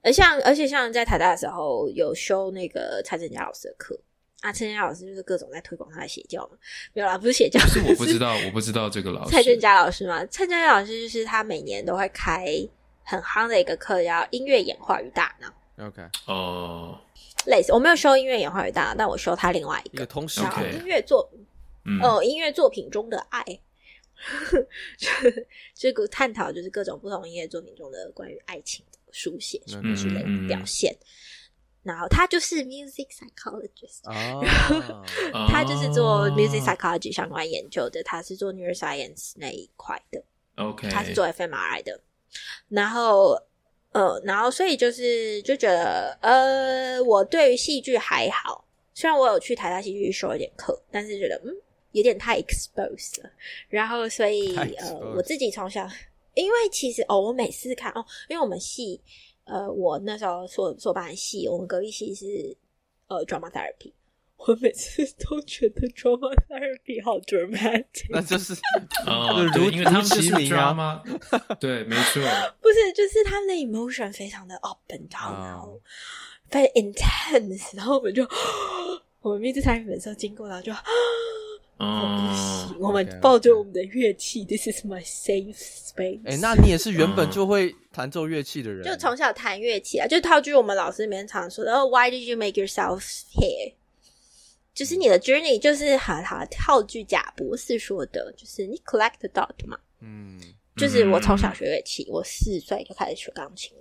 S2: 而呃像而且像在台大的时候有修那个蔡振佳老师的课啊，蔡振佳老师就是各种在推广他的邪教嘛，没有啦，不是邪教，
S3: 是我不知道，我不知道这个老师，
S2: 蔡振佳老师嘛，蔡振佳老师就是他每年都会开很夯的一个课，叫音乐演化与大脑，
S1: OK，
S3: 哦，
S2: 类似我没有修音乐演化与大脑，但我修他另外一
S1: 一个
S2: 个
S1: 通识
S2: 叫
S3: OK
S2: 音乐作
S3: 嗯，
S2: 哦，音乐作品中的爱， 这个探讨就是各种不同音乐作品中的关于爱情的书写什
S3: 嗯
S2: 么之类的表现。然后他就是 music psychologist，、
S1: 啊，
S3: 哦
S2: 他就是做 music psychology 相关研究的，他是做 neuroscience 那一块的，
S3: ，OK，
S2: 他是做 fMRI 的。然后，呃，然后所以就是就觉得，呃，我对于戏剧还好，虽然我有去台大戏剧修一点课，但是觉得嗯有点太 exposed 了。然后所以
S1: 太
S2: 呃
S1: exposed，
S2: 我自己从小，因为其实哦，我每次看哦，因为我们系呃，我那时候硕硕班系，我们隔壁系是呃 drama therapy。我每次都觉得 drama therapy 好 dramatic，
S1: 那就是
S3: 哦，
S1: 就
S3: 对，
S1: 如
S3: 因为他们就
S1: 如
S3: 是
S1: 其名啊
S3: drama，对，没错，
S2: 不是，就是他们的 emotion 非常的 up and down，、
S1: 啊
S2: 然后非常 intense，然后我们就 我们密室参与本色经过，然后就啊不
S3: 嗯
S2: 行，，我们
S1: OK，OK
S2: 抱着我们的乐器，This is my safe space。
S1: 哎、那你也是原
S3: 嗯
S1: 本就会弹奏乐器的人，
S2: 就从小弹乐器啊，就套句我们老师里面常说的，哦、w h y did you make yourself here？就是你
S1: 嗯
S2: 的 journey，就是好好套句贾博士说的，就是你 collect the dot 嘛。
S1: 嗯
S2: 就是我从小学乐器，我四岁就开始学钢琴，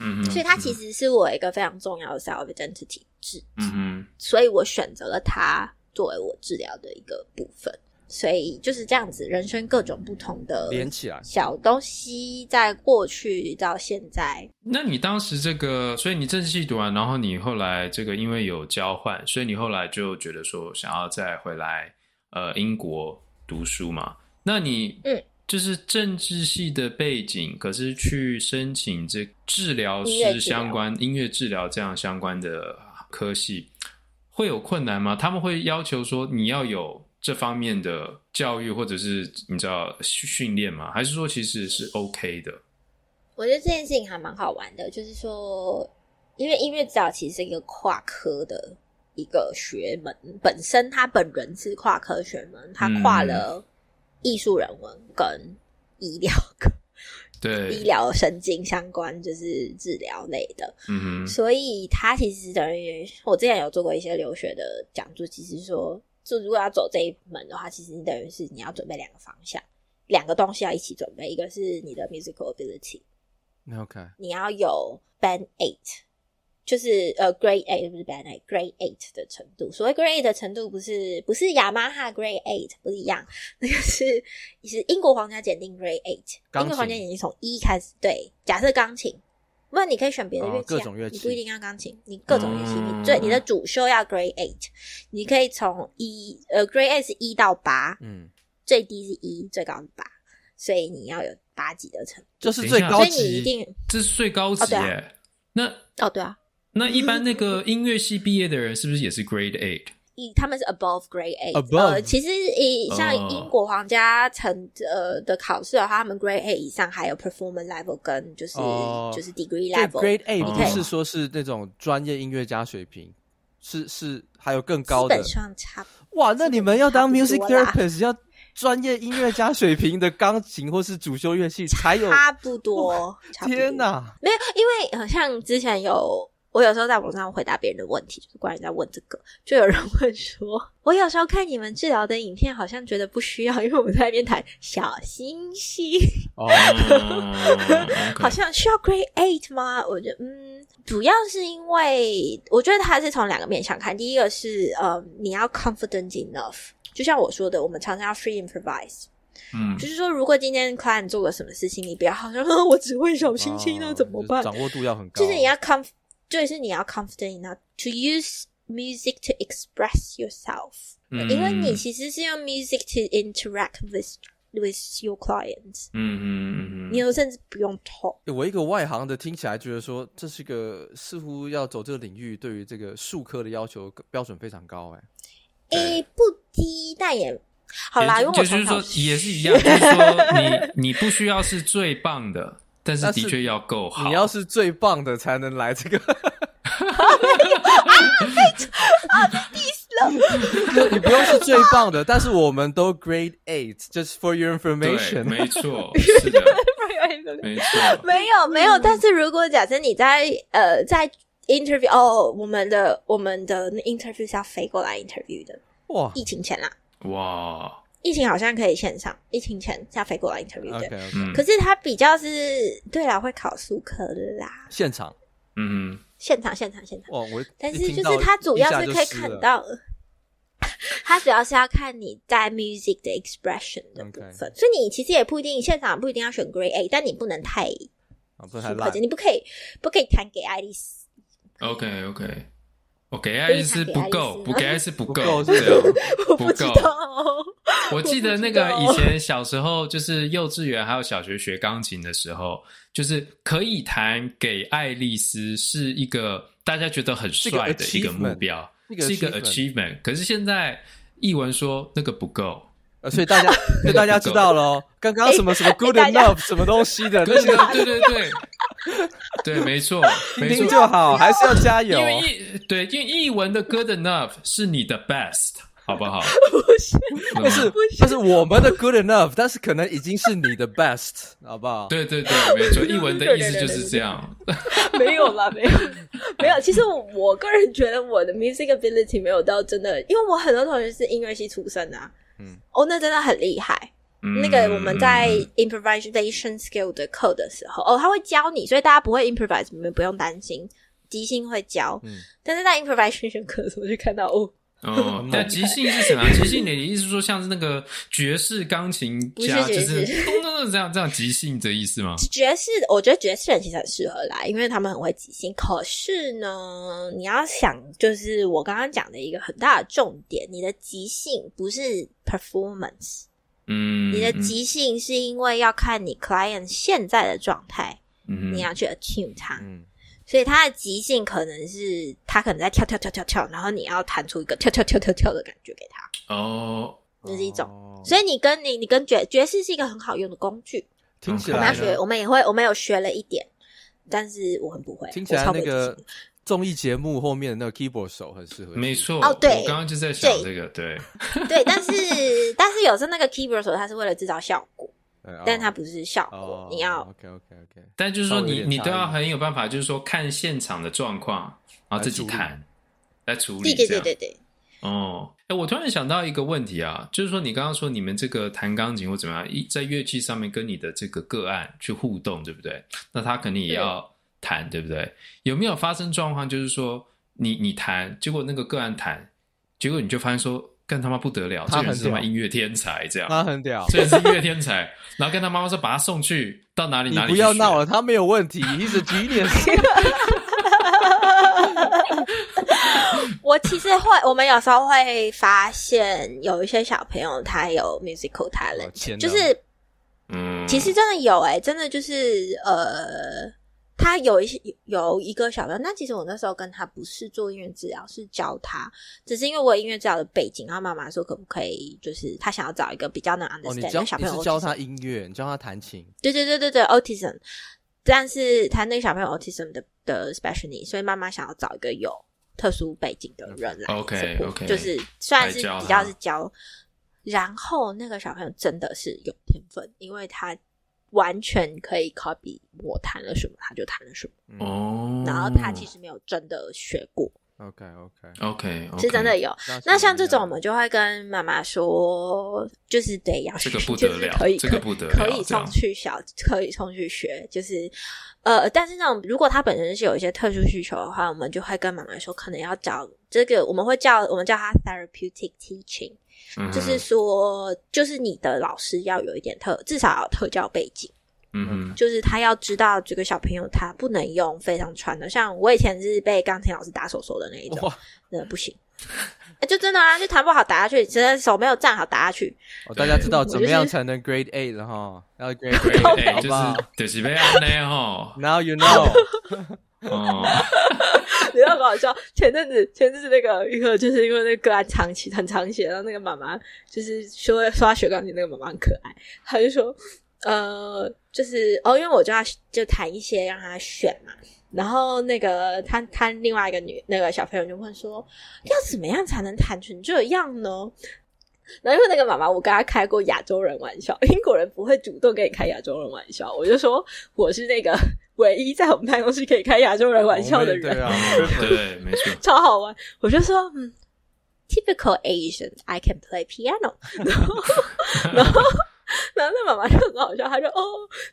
S3: 嗯哼，
S2: 所以它其
S3: 实，
S2: 实是我一个非常重要的 self identity 治，
S3: 嗯哼，
S2: 所以我选择了它作为我治疗的一个部分。所以就是这样子，人生各种不同的
S1: 连起来
S2: 小东西，在过去到现在，
S3: 那你当时这个，所以你政治系读完，然后你后来这个因为有交换，所以你后来就觉得说想要再回来呃英国读书嘛？那你
S2: 嗯，
S3: 就是政治系的背景，可是去申请这治疗
S2: 音乐治
S3: 师
S2: 疗
S3: 相关音乐治疗这样相关的科系，会有困难吗？他们会要求说你要有这方面的教育，或者是你知道训训练吗？还是说其实是 OK 的？
S2: 我觉得这件事情还蛮好玩的，就是说，因为音乐治疗其实是一个跨科的一个学门，本身它本人是跨科学门，它跨
S1: 嗯
S2: 了艺术人文跟医疗科、
S3: 对，
S2: 医疗神经相关，就是治疗类的，
S3: 嗯哼，
S2: 所以它其实等于我之前有做过一些留学的讲座，其实说，就如果要走这一门的话，其实你等于是你要准备两个方向，两个东西要一起准备，一个是你的 musical ability。
S1: 那，OK，
S2: 你要有 Band Eight，就是呃 Grade Eight 不是 Band Eight，Grade Eight 的程度。所谓 Grade Eight 的程度不，是不是雅马哈 Grade Eight 不一样，那个是是英国皇家检定 Grade Eight。
S1: 钢琴
S2: 英国皇家检定从一开始，对，假设钢琴，不然你可以选别的乐器、啊
S1: 哦各种乐器
S2: 你不一定要钢琴，你各种乐器，
S3: 嗯
S2: 你最你的主修要 Grade Eight，你可以从一呃 Grade Eight 是一到八，
S1: 嗯，
S2: 最低是一，最高是八，所以你要有八级的程度，
S1: 就是
S3: 等一
S1: 最
S3: 下
S1: 高
S2: 所
S1: 级，
S2: 以你一定
S3: 这是最高级
S2: 哦对
S3: 耶。
S2: 啊
S3: 那
S2: 哦对啊。
S3: 那一般那个音乐系毕业的人是不是也是 Grade Eight？
S2: 以他们是 above grade eight，
S1: Above
S2: 呃，其实以像
S3: 哦
S2: 英国皇家城呃的考试的话，他们 grade eight 以上还有 performance level 跟就是、
S1: 哦
S2: 就是 degree
S1: 所以
S2: level，
S1: Grade A
S3: 哦
S1: 不是说是那种专业音乐家水平，是是还有更高
S2: 基
S1: 的
S2: 本。上差不多。
S1: 哇，那你们要当
S2: 差不
S1: music
S2: 多啦
S1: therapist 要专业音乐家水平的钢琴或是主修乐器才有。
S2: 差不多，差不多
S1: 天哪！
S2: 没有，因为好像之前有我有时候在网上回答别人的问题，就是关于在问这个，就有人问说，我有时候看你们治疗的影片，好像觉得不需要，因为我们在那边谈小星星。
S1: 哦，
S3: 哦
S2: 好像需要 Grade Eight 吗？我觉得，嗯，主要是因为我觉得它是从两个面向看，第一个是，呃，你要 confident enough，就像我说的，我们常常要 free improvise，
S3: 嗯
S2: 就是说，如果今天 client 做个什么事情，你不要好像 啊我只会小星星，那
S1: 哦
S2: 怎么办
S1: 就？掌握度要很高。
S2: 就是你要 conf，就是你要 confident enough to use music to express yourself，、
S3: 嗯
S2: 因为你其实是用 music to interact with with your clients，
S3: 嗯嗯嗯
S2: 你
S3: 嗯
S2: 有甚至不用 talk。
S1: 欸我一个外行的听起来觉得说，这是个似乎要走这个领域，对于这个术科的要求标准非常高、欸。哎，
S2: 诶、不低，但也好啦，因
S3: 也
S2: 为
S3: 就
S2: 我
S3: 就
S2: 从
S3: 是
S2: 小
S3: 说也是 一样，就是说你你不需要是最棒的，但是
S1: 但是
S3: 的确要够好。
S1: 你要是最棒的才能来这个啊就啊你不用是最棒的，但是我们都 Grade Eight，just for your
S3: 对，
S1: information。
S3: 没错，是的，没错，
S2: 没有没有，但是如果假设你在呃在 interview 哦，我们的我们的那 interview 是要飞过来 interview 的，
S1: 哇
S2: 疫情前啦，
S3: 哇，
S2: 疫情好像可以线上，疫情前是要飞过来 interview 的。
S1: ，OK OK，
S3: 嗯，
S2: 可是它比较是，对啦，会考数科的啦，
S1: 现场
S3: 嗯
S2: 现场现场现场。
S1: 哇，我
S2: 但
S1: 一
S2: 是
S1: 听
S2: 就
S1: 到
S2: 是它主
S1: 一
S2: 要
S1: 下
S2: 是
S1: 就
S2: 可以
S1: 湿
S2: 看
S1: 了
S2: 到，它主要是要看你在 music 的 expression 的部
S1: OK
S2: 分所以你其实也不一定现场不一定要选 grade A，但你不能太
S1: 啊，不然太
S2: 粗快
S1: 烂
S2: 点，。你不可以不可以弹给爱丽丝，
S3: 哼，OK OK。我给爱丽丝不够，不给爱丽丝不
S1: 不够
S3: 够，
S1: 是
S3: 这样
S2: 我
S3: 不
S2: 不知
S3: 够
S2: 道哦，
S3: 我记得那个以前小时候，就是幼稚园还有小学学钢琴的时候，就是可以弹给爱丽丝是一个大家觉得很帅的
S1: 是
S3: 一
S1: 一个
S3: 个
S1: achievement，
S3: 目标，
S1: 一个
S3: 是一个
S1: achievement
S3: achievement。可是现在译文说那个不够
S1: 呃，所以 大家，所以大家知道了哦，刚刚什么什么 good
S2: 哎大家
S1: enough 什么东西的那
S3: ，good
S1: 些
S3: enough，对对对对，没 错，
S1: 听
S3: 没错
S1: 听，就好，还是要加油
S3: 因。为译对，因为译文的 good enough 是你的 best，好不好？
S2: 不是，
S1: 但是但是我们的 good enough，但是可能已经是你的 best，好不好？
S3: 对对对，没错，译文的意思就是这样。
S2: 没有啦，没 有，没有。其实我个人觉得我的 music ability 没有到真的，因为我很多同学是音乐系出身的、啊，
S1: 嗯
S2: 嗯，哦，那真的很厉害。
S3: 嗯
S2: 那个我们在 improvisation skill 的课的时候，哦，他会教你，所以大家不会 improvise，你们不用担心，即兴会教。
S1: 嗯
S2: 但是在 improvisation 课的时候，就看到哦，
S3: 哦，但即兴是什么啊？即兴你的意思说像是那个爵士钢琴家，
S2: 不是
S3: 就
S2: 爵
S3: 是
S2: 士
S3: 咚咚咚这样这样即兴的意思吗？
S2: 爵士，我觉得爵士人其实很适合来，因为他们很会即兴。可是呢，你要想，就是我刚刚讲的一个很大的重点，你的即兴不是 performance，、
S3: 嗯，
S2: 你的即兴是因为要看你 client 现在的状态，
S3: 嗯，嗯
S2: 你要去 attune 它。
S1: 嗯，
S2: 所以他的极限可能是他可能在跳跳跳跳跳，然后你要弹出一个跳跳跳跳跳的感觉给他。
S3: 哦，
S2: 这是一种
S1: 哦
S2: 所以你跟你你跟爵爵士是一个很好用的工具，
S1: 听起
S2: 我
S1: 来
S2: 们要
S1: 呢
S2: 学，我们也会，我们有学了一点，但是我很不会，
S1: 听起来
S2: 我超
S1: 那
S2: 不会
S1: 个
S2: 即兴
S1: 综艺节目后面的那个 keyboard 手很适合。
S3: 没，错。
S2: 哦对
S3: 我刚刚就在想这个，对，
S2: 对，但是但是有时候那个 keyboard 手它是为了制造效果，
S1: 对
S2: 但它不是效果
S1: 哎哦，，
S2: 你要
S1: OK OK OK，
S3: 但就是说
S1: 稍微有
S3: 你
S1: 点
S3: 你
S1: 差
S3: 都要
S1: 异
S3: 很有办法，就是说看现场的状况，然后自己
S1: 来处理
S3: 看，来处理
S2: 对
S3: 这
S2: 对
S3: 样。
S2: 对对对，
S3: 哦，哎，我突然想到一个问题啊，就是说你刚刚说你们这个弹钢琴或怎么样，一在乐器上面跟你的这个个案去互动，对不对？那他肯定也要弹，对不对？有没有发生状况，就是说你你弹，结果那个个案弹，结果你就发现说，干他妈不得了，
S1: 他
S3: 这
S1: 很
S3: 个人是他妈
S1: 屌
S3: 音乐天才，这样，
S2: 啊
S1: 那很屌。
S3: 这人是音乐天才，然后跟他妈妈说把他送去到哪里
S1: 你
S3: 哪里，
S1: 不要闹了，，他没有问题，He's a genius。
S2: 我其实会，我们有时候会发现有一些小朋友他有 musical
S1: 哦天哪
S2: talent，就是
S3: 嗯，
S2: 其实真的有哎、真的就是呃，他有一些有一个小朋友，那其实我那时候跟他不是做音乐治疗，是教他，只是因为我有音乐治疗的背景，然后妈妈说可不可以，就是他想要找一个比较能
S1: 哦，你
S2: understand
S1: 教
S2: 的小
S1: 你
S2: 朋友
S1: 是教
S2: autism，
S1: 他音乐，你教他弹琴，
S2: 对对对对对 autism，但是他那个小朋友 autism 的的 special need，所以妈妈想要找一个有特殊背景的人来
S3: OK，
S2: support，
S3: OK
S2: 就是虽然是
S3: 来教
S2: 比较
S3: 他
S2: 是教，然后那个小朋友真的是有天分，因为他完全可以 copy 我弹了什么他就弹了什么，
S3: 哦，
S2: 然后他其实没有真的学过，
S1: OK OK，
S3: OK，
S2: 是真的有。那像这种，我们就会跟妈妈说，就是得要
S3: 这
S2: 学，
S3: 个不
S2: 就
S3: 得
S2: 是
S3: 了
S2: 可以，
S3: 这个不得了
S2: 可以
S3: 这样
S2: 冲去小，可以冲去学，就是呃，但是那种如果他本身是有一些特殊需求的话，我们就会跟妈妈说，可能要找这个，我们会叫我们叫他 therapeutic teaching，、
S3: 嗯哼
S2: 就是说，就是你的老师要有一点特，至少要有特教背景。
S3: 嗯哼
S2: 就是他要知道这个小朋友他不能用非常传的，像我以前是被钢琴老师打手手的那一种
S1: 哇，
S2: 真的不行。 哎就真的啊，就弹不好打下去，真的手没有站好打下去。
S1: 哦大家知道
S2: 我就
S1: 怎么样
S2: 是
S1: 才能 Grade Eight 了哈？要 Grade
S3: 对
S1: Eight，
S3: 哎
S1: 好
S3: 就
S1: 不好
S3: 是就是被安内吼，
S1: ？Now you know，
S3: 哦，
S2: 你知道搞笑？前阵子前阵子那个一个就是因为那个个案长期很长期，然后那个妈妈就是说说她学钢琴，那个妈妈很可爱，她就说呃，就是哦，因为我就要就弹一些让她选嘛。然后那个他他另外一个女那个小朋友就问说，要怎么样才能弹成这样呢？然后因为那个妈妈，我跟她开过亚洲人玩笑，英国人不会主动跟你开亚洲人玩笑，我就说我是那个 唯一在我们办公室可以开亚洲人玩笑的人。
S1: 对啊，
S3: 对，没错，
S2: 超好玩。我就说，嗯，typical Asian, I can play piano 然后。然后，然后那妈妈就很好笑，她就哦，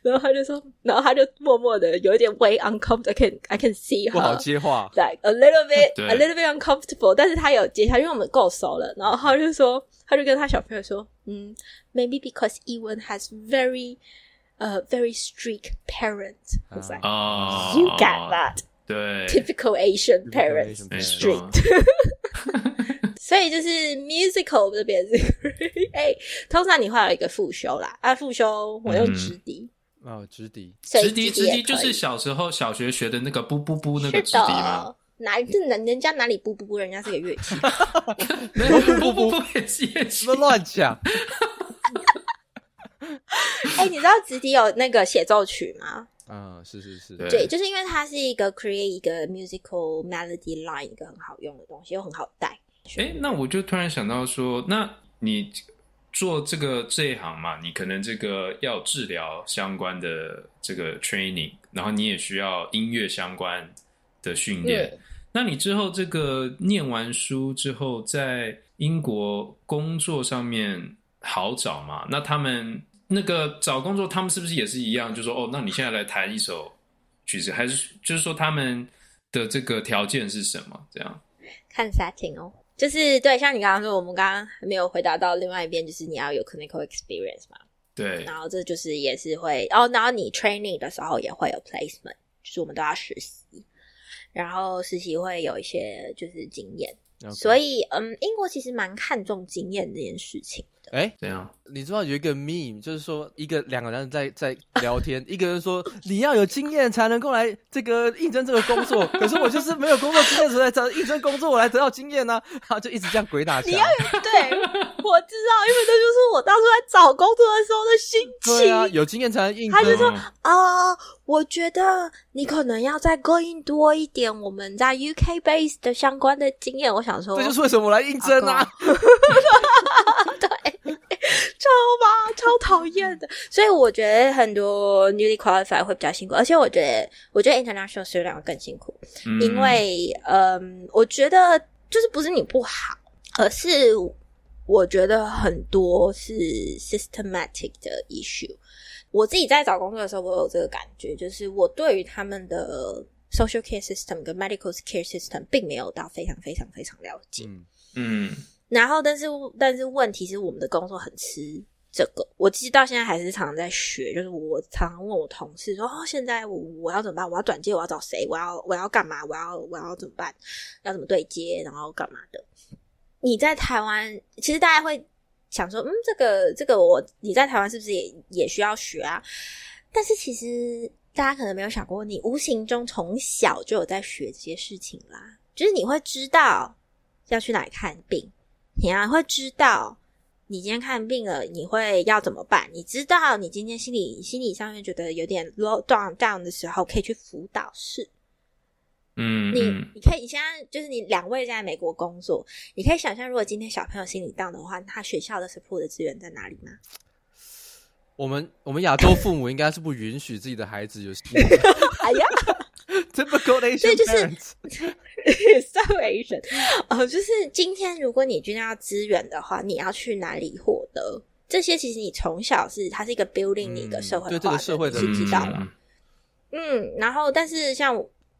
S2: 然后她就说，然后她就默默的有一点 way uncomfortable, I can I can see
S1: 不好
S2: her
S1: 接话。
S2: like a little bit
S3: 对
S2: a little bit uncomfortable，但是她有接下，因为我们够熟了，然后她就说，她就跟她小朋友说，嗯，maybe because Ewan has very 呃、very strict parents，我说、like
S1: 啊
S3: 哦
S2: you got that
S1: Oh，
S3: 对，
S2: typical Asian parents。
S3: 没
S1: Strict
S3: 错，
S2: 所以就是 musical 这边是 哎、通常你会有一个复修啦，啊，复修我用直笛，
S1: 哦，直笛。
S2: 所以
S3: 嗯直笛直
S2: 也
S3: 笛就
S2: 可
S3: 是
S2: 以
S3: 小时候小学学的那个噗噗噗那
S2: 是
S3: 个直笛吗？
S2: 的，哪这人人家哪里不不不，人家是个乐器，
S3: 没有噗噗噗也是也
S1: 什
S3: 是
S1: 么乱讲？
S2: 哎、你知道直笛有那个协奏曲吗？
S1: 嗯，是是是，
S3: 对
S2: 对，就是因为它是一个 create 一个 musical melody line 一个很好用的东西，又很好带。
S3: 哎，那我就突然想到说，那你做这个这一行嘛，你可能这个要有治疗相关的这个 training，然后你也需要音乐相关的训练。
S2: 嗯
S3: 那你之后这个念完书之后，在英国工作上面好找吗？那他们那个找工作，他们是不是也是一样？就说哦，那你现在来弹一首曲子，还是就是说他们的这个条件是什么？这样？
S2: 看 setting 哦，就是对，像你刚刚说，我们刚刚还没有回答到另外一边，就是你要有 clinical experience 嘛，
S3: 对，
S2: 然后这就是也是会哦，然后你 training 的时候也会有 placement，就是我们都要实习，然后实习会有一些就是经验，
S1: OK
S2: 所以嗯，英国其实蛮看重经验这件 事情的。
S1: 哎，
S3: 这样。
S1: 你知道有一个 meme，就是说一个两个人在在聊天， 一个人说你要有经验才能够来这个应征这个工作， 可是我就是没有工作经验，所以来找应征工作，我来得到经 验呢、然后就一直这样鬼打墙。
S2: 对，我知道，因为这就是我当初在找工作的时候的心
S1: 对啊，有经验才能应征。
S3: 嗯
S2: 啊、我觉得你可能要再更多一点我们在 UK base 的相关的经验。我想 说，
S1: 这就是为什么我来应征
S2: 阿
S1: 啊！
S2: 超吧，超讨厌的。所以我觉得很多 newly qualified 会比较辛苦，而且我觉得，我觉得 international student 会更辛苦，
S3: 嗯
S2: 因为嗯，我觉得就是不是你不好，而是我觉得很多是 systematic 的 issue。我自己在找工作的时候，我有这个感觉，就是我对于他们的 social care system 跟 medical care system 并没有到非常非常非常了解。
S1: 嗯
S3: 嗯
S2: 然后，但是但是问题是，我们的工作很吃这个。我其实到现在还是常常在学，就是我常常问我同事说：“哦，现在我我要怎么办？我要转接，我要找谁？我要我要干嘛？我要我要怎么办？要怎么对接？然后干嘛的？”你在台湾，其实大家会想说：“嗯，这个这个我你在台湾是不是也也需要学啊？”但是其实大家可能没有想过，你无形中从小就有在学这些事情啦，就是你会知道要去哪里看病。你啊会知道你今天看病了，你会要怎么办？你知道你今天心理心理上面觉得有点 low down down 的时候，可以去辅导室。
S3: 嗯，
S2: 你
S3: 嗯
S2: 你可以你现在就是你两位在美国工作，你可以想象，如果今天小朋友心理 down 的话，他学校的 support 的资源在哪里吗？
S1: 我们我们亚洲父母应该是不允许自己的孩子有
S2: 哎呀
S1: typical Asian
S2: 所以就是
S1: parents。
S2: s o Asian，哦，就是今天如果你真的要资源的话，你要去哪里获得？这些其实你从小是它是一个 building 你一个
S1: 嗯
S2: 社会化的，
S1: 对这个社会的
S2: 你是知道
S1: 理解
S2: 的
S1: 啦。
S2: 嗯，然后但是像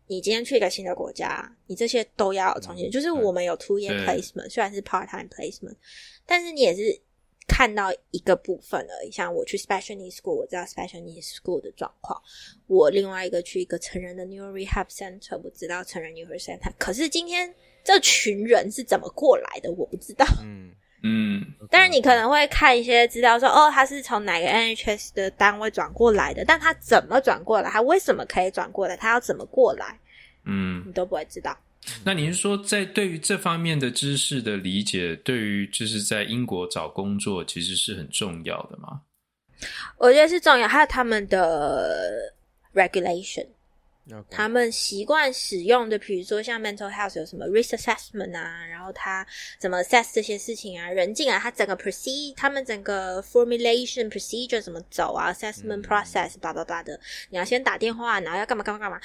S2: 你今天去一个新的国家，你这些都要重新，就是我们有 two year
S3: 对
S2: placement，虽然是 part time placement，但是你也是看到一个部分而已。像我去 special needs school，我知道 special needs school 的状况；我另外一个去一个成人的 n e u r rehab center，我知道成人 n e u r center。可是今天这群人是怎么过来的，我不知道。
S1: 嗯，
S3: 嗯
S2: 当然，你可能会看一些资料说，哦，他是从哪个 NHS 的单位转过来的，但他怎么转过来，他为什么可以转过来，他要怎么过来，
S3: 嗯，
S2: 你都不会知道。
S3: 那你是说，在对于这方面的知识的理解，对于就是在英国找工作其实是很重要的嘛？
S2: 我觉得是重要，还有他们的 regulation，
S1: OK
S2: 他们习惯使用的，比如说像 mental health 有什么 risk assessment 啊，然后他怎么 assess 这些事情啊，人境啊，他整个 proceed，他们整个 formulation procedure 怎么走啊
S1: 嗯
S2: ，assessment process，叭叭叭的，你要先打电话，然后要干嘛干嘛干嘛，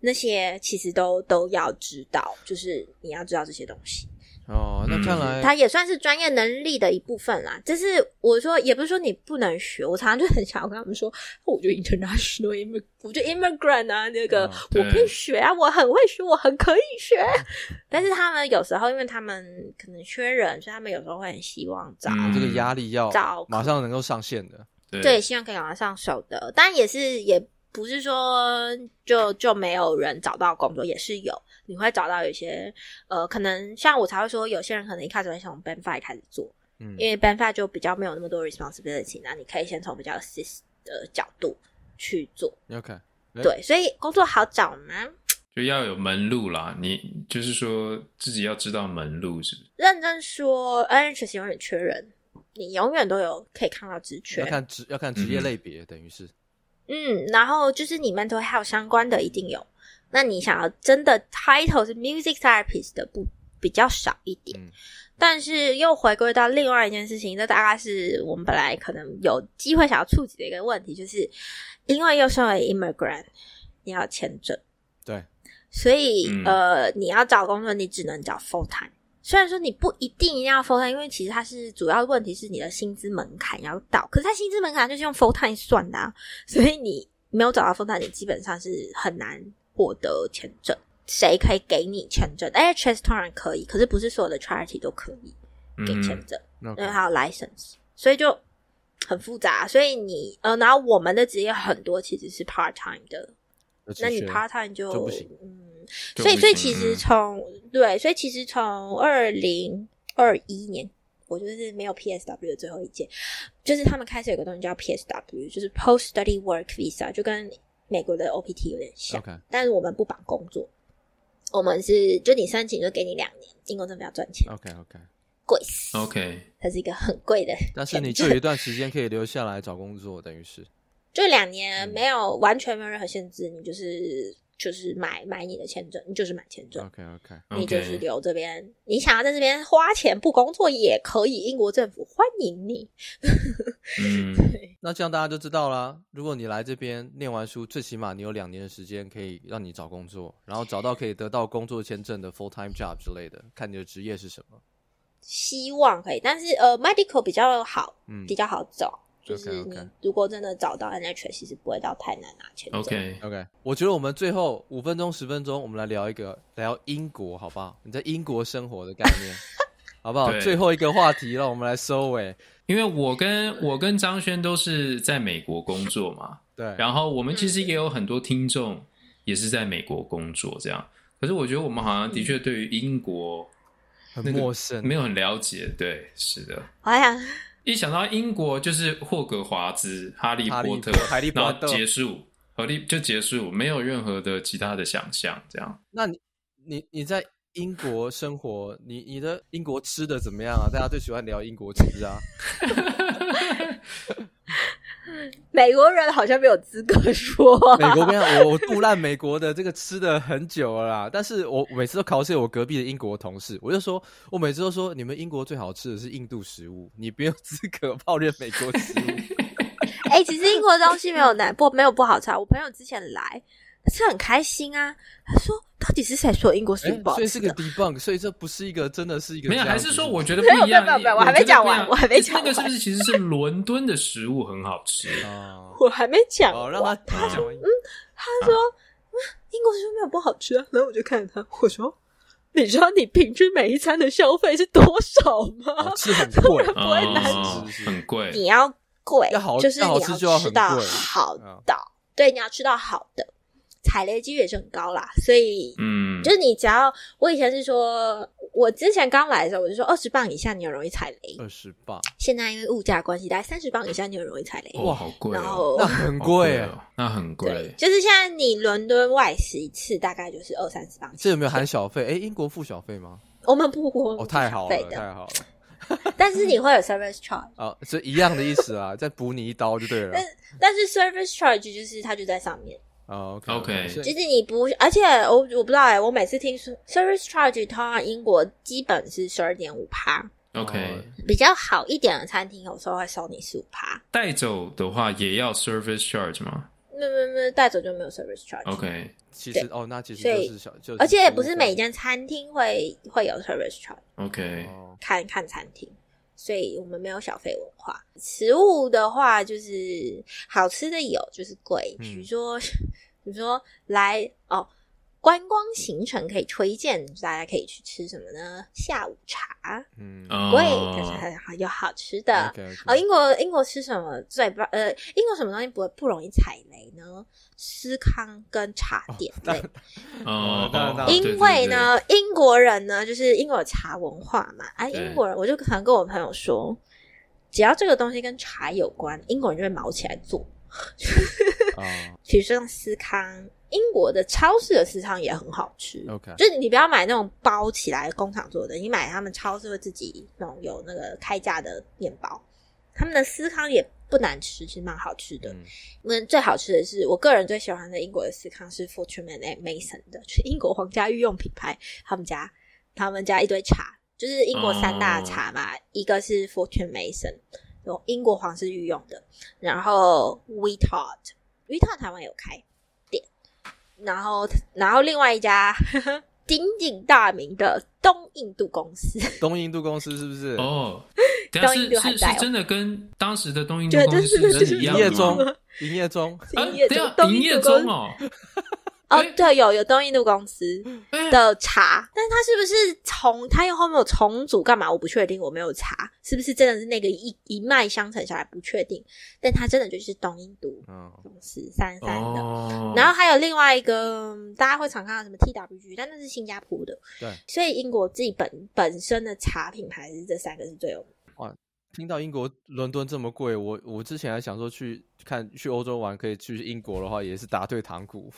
S2: 那些其实都都要知道，就是你要知道这些东西。
S1: 哦，那看来
S2: 它也算是专业能力的一部分啦。这是我说，也不是说你不能学，我常常就很想要跟他们说，哦我就 international immig，我就 immigrant 啊，那个、
S1: 嗯
S3: 对
S2: 我可以学啊，我很会学，我很可以学。但是他们有时候，因为他们可能缺人，所以他们有时候会很希望找。
S3: 嗯
S1: 这个压力要
S2: 找
S1: 马上能够上线的。
S3: 对，
S2: 对，希望可以赶快上手的，但也是也不是说就就没有人找到工作，也是有，你会找到有些呃，可能像我才会说，有些人可能一开始会从 b a n f i 开始做，
S1: 嗯，
S2: 因为 b a n f i 就比较没有那么多 responsibility，那你可以先从比较 assist 的角度去做，
S1: OK，哎
S2: 对，所以工作好找吗？
S3: 就要有门路啦。你就是说自己要知道门路是不是？
S2: 认真说，NHS 永远缺人，你永远都有可以看到职缺
S1: 要，看职要看职业
S3: 嗯
S1: 类别，等于是
S2: 嗯，然后就是你 mental health 相关的一定有，那你想要真的 title 是 music therapist 的不比较少一点，
S1: 嗯
S2: 但是又回归到另外一件事情，这大概是我们本来可能有机会想要触及的一个问题，就是因为又身为 immigrant，你要签证，
S1: 对，
S2: 所以、
S3: 嗯
S2: 呃，你要找工作，你只能找 full time。虽然说你不一定一定要 full time，因为其实它是主要问题是你的薪资门槛要到，可是它薪资门槛就是用 full time 算的、啊，所以你没有找到 full time，你基本上是很难获得签证。谁可以给你签证？AHS 当然可以，可是不是所有的 charity 都可以给签
S3: 嗯，
S2: 证。
S1: 那
S2: 因为它有 license，所以就很复杂。所以你呃，然后我们的职业很多其实是 part time 的，那你 part time 就
S1: 就不行
S2: 嗯，
S3: 就
S2: 所以
S3: 不
S2: 所以
S3: 行
S2: 其实
S3: 嗯
S2: 从、对，所以其实从二零二一年。我就是没有 PSW 的最后一届，就是他们开始有个东西叫 PSW，就是 Post Study Work Visa，就跟美国的 OPT 有点像。
S1: OK
S2: 但是啊我们不绑工作，我们是就你申请就给你两年，因为真的要赚钱，
S1: OK OK，
S2: 贵死。
S3: 嗯 OK，
S2: 它是一个很贵的签证。
S1: 但是你就有一段时间可以留下来找工作，等于是
S2: 就两
S1: 嗯
S2: 年没有完全没有任何限制，你就是就是买买你的签证，你就是买签证。
S1: OK OK。
S2: 你就是
S3: ，OK
S2: 留这边，你想要在这边花钱不工作也可以，英国政府欢迎你。
S3: 嗯，
S1: 那这样大家就知道啦。如果你来这边念完书，最起码你有两年的时间可以让你找工作，然后找到可以得到工作签证的 full time job 之类的，看你的职业是什么。
S2: 希望可以，但是呃，medical 比较好，
S1: 嗯
S2: 比较好找，就是
S1: OK，OK
S2: 你如果真的找到 NHS，其实不会到太难拿签证。
S3: OK，
S1: ，OK，我觉得我们最后五分钟、十分钟，我们来聊一个聊英国好不好？你在英国生活的概 念，好不好？
S3: 对
S1: 最后一个话题，让我们来收尾。
S3: 因为我跟我跟张轩都是在美国工作嘛，
S1: 对，
S3: 然后我们其实也有很多听众也是在美国工作这样，可是我觉得我们好像的确对于英国
S1: 很
S3: 那个
S1: 陌生，
S3: 没有很了解，对，是的。
S2: 我还想，
S3: 一想到英国就是霍格华兹、哈利波特，
S1: 哈利
S3: 然
S1: 波特
S3: 后结束，合力就结束，没有任何的其他的想象，这样。
S1: 那你你你在英国生活，你你的英国吃的怎么样啊？大家最喜欢聊英国吃啊。
S2: 美国人好像没有资格说，啊
S1: 美国跟你讲我我杜烂美国的这个吃的很久了啦，但是我每次都考试我隔壁的英国同事，我就说，我每次都说你们英国最好吃的是印度食物，你没有资格抱怨美国食物。
S2: 哎、其实英国的东西没有难不没有不好吃啊。我朋友之前来是很开心啊，他说到底是谁说英国食
S1: 哎
S2: 物不好
S1: 所以
S2: 吃
S1: 是个
S2: 的？
S1: debunk，所以这不是一个真的是一个
S3: 没有，
S1: 这样
S3: 还
S1: 子
S3: 是说 我觉得不一样。
S2: 没有没有没有我
S3: 我
S2: 还没
S3: 觉得
S2: 讲
S3: 不一
S2: 完
S3: 样
S2: 我还没讲
S3: 那个是不是其实是伦敦的食物很好吃？ 啊
S1: 哦
S2: 我还没讲
S1: 好，
S2: 完，
S1: 让他
S3: 他
S1: 讲完。
S2: 他说、嗯英国食物没有不好吃啊，然后我就看着他，我说你知道你平均每一餐的消费是多少吗？
S1: 哦吃很 贵，
S2: 不会难
S3: 哦
S1: 吃
S3: 很贵。
S2: 你要贵，
S1: 要好
S2: 就是
S1: 要
S2: 你
S1: 好吃就要
S2: 吃
S1: 很
S2: 到
S1: 贵
S2: 好
S1: 嗯
S2: 的，对，你要吃到好的，踩雷几率也是很高啦，所以
S3: 嗯，
S2: 就是你只要，我以前是说，我之前刚来的时候，我就说二十磅以下你很容易踩雷。
S1: 二十磅，
S2: 现在因为物价关系，大概三十
S1: 哦
S2: 磅以下你很容易踩雷。
S3: 哇，好贵
S2: 然
S3: 哦，
S2: 后
S1: 啊那很
S3: 很
S1: 贵啊。
S3: 哦，那很
S2: 对
S3: 贵，。
S2: 就是现在你伦敦外食一次大概就是二三十磅起。
S1: 这有没有含小费？哎，英国付小费吗？
S2: 我们不我
S1: 哦，
S2: 们不
S1: 太好
S2: 小费
S1: 了，
S2: 的，
S1: 太好了。
S2: 但是你会有 service charge，
S1: 啊，这一样的意思啊，再补你一刀就对了。
S2: 但是 service charge 就是它就在上面，
S1: 哦
S3: OK
S1: 所
S2: 就
S1: 以
S2: 是你不，而且我我不知道哎、我每次听说 service charge 通常英国基本是十二点五趴，
S1: 哦
S3: OK，
S2: 比较好一点的餐厅有时候会收你十五趴，
S3: 带走的话也要 service charge 吗
S2: 没没没带走就没有 service charge。
S3: ？OK
S1: 其实哦，那其实
S2: 所
S1: 就
S2: 以
S1: 是小，就是
S2: 而且也不
S1: 服务
S2: 是
S1: 费
S2: 每一间餐厅会会有 service charge，
S3: OK，
S1: 哦
S2: 看看餐厅，所以我们没有小费文化。食物的话，就是好吃的有，就是贵。
S1: 嗯
S2: 比如说，比如说来哦，观光行程可以推荐大家可以去吃什么呢？下午茶
S1: 嗯
S2: 贵，
S3: 哦
S2: 但是很好有好吃的。
S1: ，OK，
S2: 哦，英国英国吃什么最棒？呃，英国什么东西不会不容易踩雷呢？司康跟茶点类，
S1: 哦当然当
S3: 哦，
S1: 然
S3: 对
S2: 因为，呢，英国人呢，就是英国有茶文化嘛，啊，
S3: 对
S2: 英国人，我就常跟我朋友说，只要这个东西跟茶有关，英国人就会毛起来做。
S1: 哦
S2: 比如说像司康，英国的超市的司康也很好吃。
S1: ，OK，
S2: 就是你不要买那种包起来工厂做的，你买他们超市会自己那种有那个开架的面包，他们的司康也不难吃，其实蛮好吃的。
S1: 嗯
S2: 那、最好吃的是我个人最喜欢的英国的司康是 Fortune and Mason 的，就是英国皇家御用品牌，他们家他们家一堆茶，就是英国三大
S3: 哦
S2: 茶嘛，一个是 Fortune Mason，有英国皇室御用的，然后 w e t o t w e t o t 台湾有开店，然后然后另外一家鼎鼎大名的东印度公司。
S1: 东印度公司是不 是？
S3: 哦，等下
S2: 东印
S3: 是
S2: 度还
S3: 是
S2: 在
S3: 是
S2: 哦
S3: 真的跟当时的东印度
S2: 对
S3: 公司
S2: 就是
S3: 是
S2: 就是
S3: 一
S1: 营
S3: 样
S1: 业
S3: 的
S1: 中
S3: 吗？，
S1: 营业中，
S3: 啊，
S2: 营业
S3: 等
S2: 中
S3: 下
S2: 东
S3: 营
S2: 印
S3: 业
S2: 度
S3: 中
S2: 公
S3: 哦，
S2: 哦
S3: 哎，
S2: 对，有有东印度公司
S1: 嗯
S3: 哎
S2: 的茶，但是它是不是重？它又后面有重组干嘛？我不确定，我没有查，是不是真的是那个一一脉相承下来？不确定，但它真的就是东印度
S1: 嗯，
S2: 公司三三的。
S3: 哦，
S2: 然后还有另外一个，嗯大家会常看到什么 TWG，但那是新加坡的，
S1: 对，
S2: 所以英国自己本本身的茶品牌是这三个是最有名的。
S1: 听到英国伦敦这么贵，我我之前还想说去看去欧洲玩，可以去英国的话也是打退堂鼓。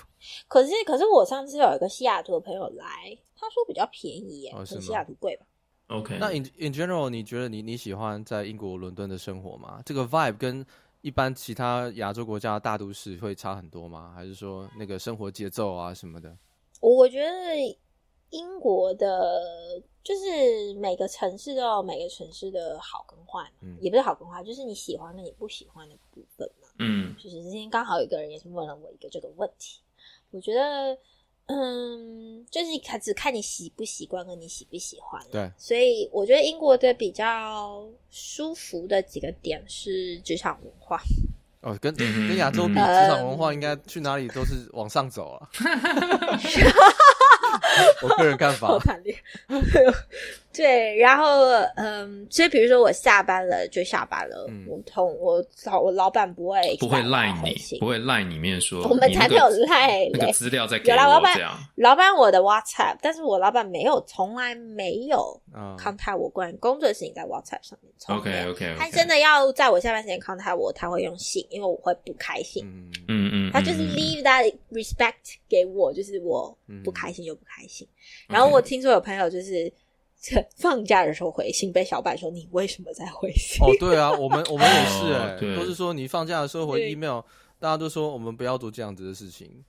S2: 可是可是我上次有一个西雅图的朋友来，他说比较便宜耶，
S1: 哦
S2: 可
S1: 是
S2: 能
S1: 吗
S2: 西雅图贵吧。
S3: OK，
S1: 那 in in general，你觉得你你喜欢在英国伦敦的生活吗？这个 vibe 跟一般其他亚洲国家的大都市会差很多吗？还是说那个生活节奏啊什么的？
S2: 我觉得英国的，就是每个城市都有每个城市的好跟坏嘛，
S1: 嗯
S2: 也不是好跟坏，就是你喜欢跟你不喜欢的部分嘛。
S3: 嗯
S2: 就是今天刚好有一个人也是问了我一个这个问题，我觉得，嗯，就是看只看你习不习惯跟你喜不喜欢。
S1: 对，
S2: 所以我觉得英国的比较舒服的几个点是职场文化，
S1: 哦，跟
S3: 嗯哼
S1: 跟亚洲比，职
S3: 嗯
S1: 场文化应该去哪里都是往上走 啊。 我个人看法
S2: 好，惨烈。对，然后嗯，所以比如说我下班了就下班了，
S1: 嗯
S2: 我同我老我老板不会
S3: 不会赖
S2: 打我回
S3: 你，
S2: 信
S3: 不会赖里面说
S2: 我们
S3: 你
S2: 才没
S3: 那个
S2: 有赖嘞
S3: 那个资料再给
S2: 有啦我要把
S3: 这样。
S2: 老板我的 WhatsApp，但是我老板没有，从来没有
S1: 嗯，
S2: contact 我关于工作的事情在 WhatsApp 上面。从来没
S3: OK
S2: 有
S3: OK，
S2: 他真的要在我下班时间 contact 我，他会用信，因为我会不开心。
S1: 嗯
S3: 嗯嗯，
S2: 他就是
S3: 嗯嗯
S2: leave that respect 给我，就是我
S1: 嗯
S2: 不开心就不开心。然后我听说有朋友就是 这放假的时候回信，被小板说你为什么在回 信？
S1: 哦，对啊，我们我们也是
S3: 哦
S1: 哎、
S3: 对
S1: 都是说你放假的时候回
S2: 对
S1: email，大家都说我们不要做这样子的事情。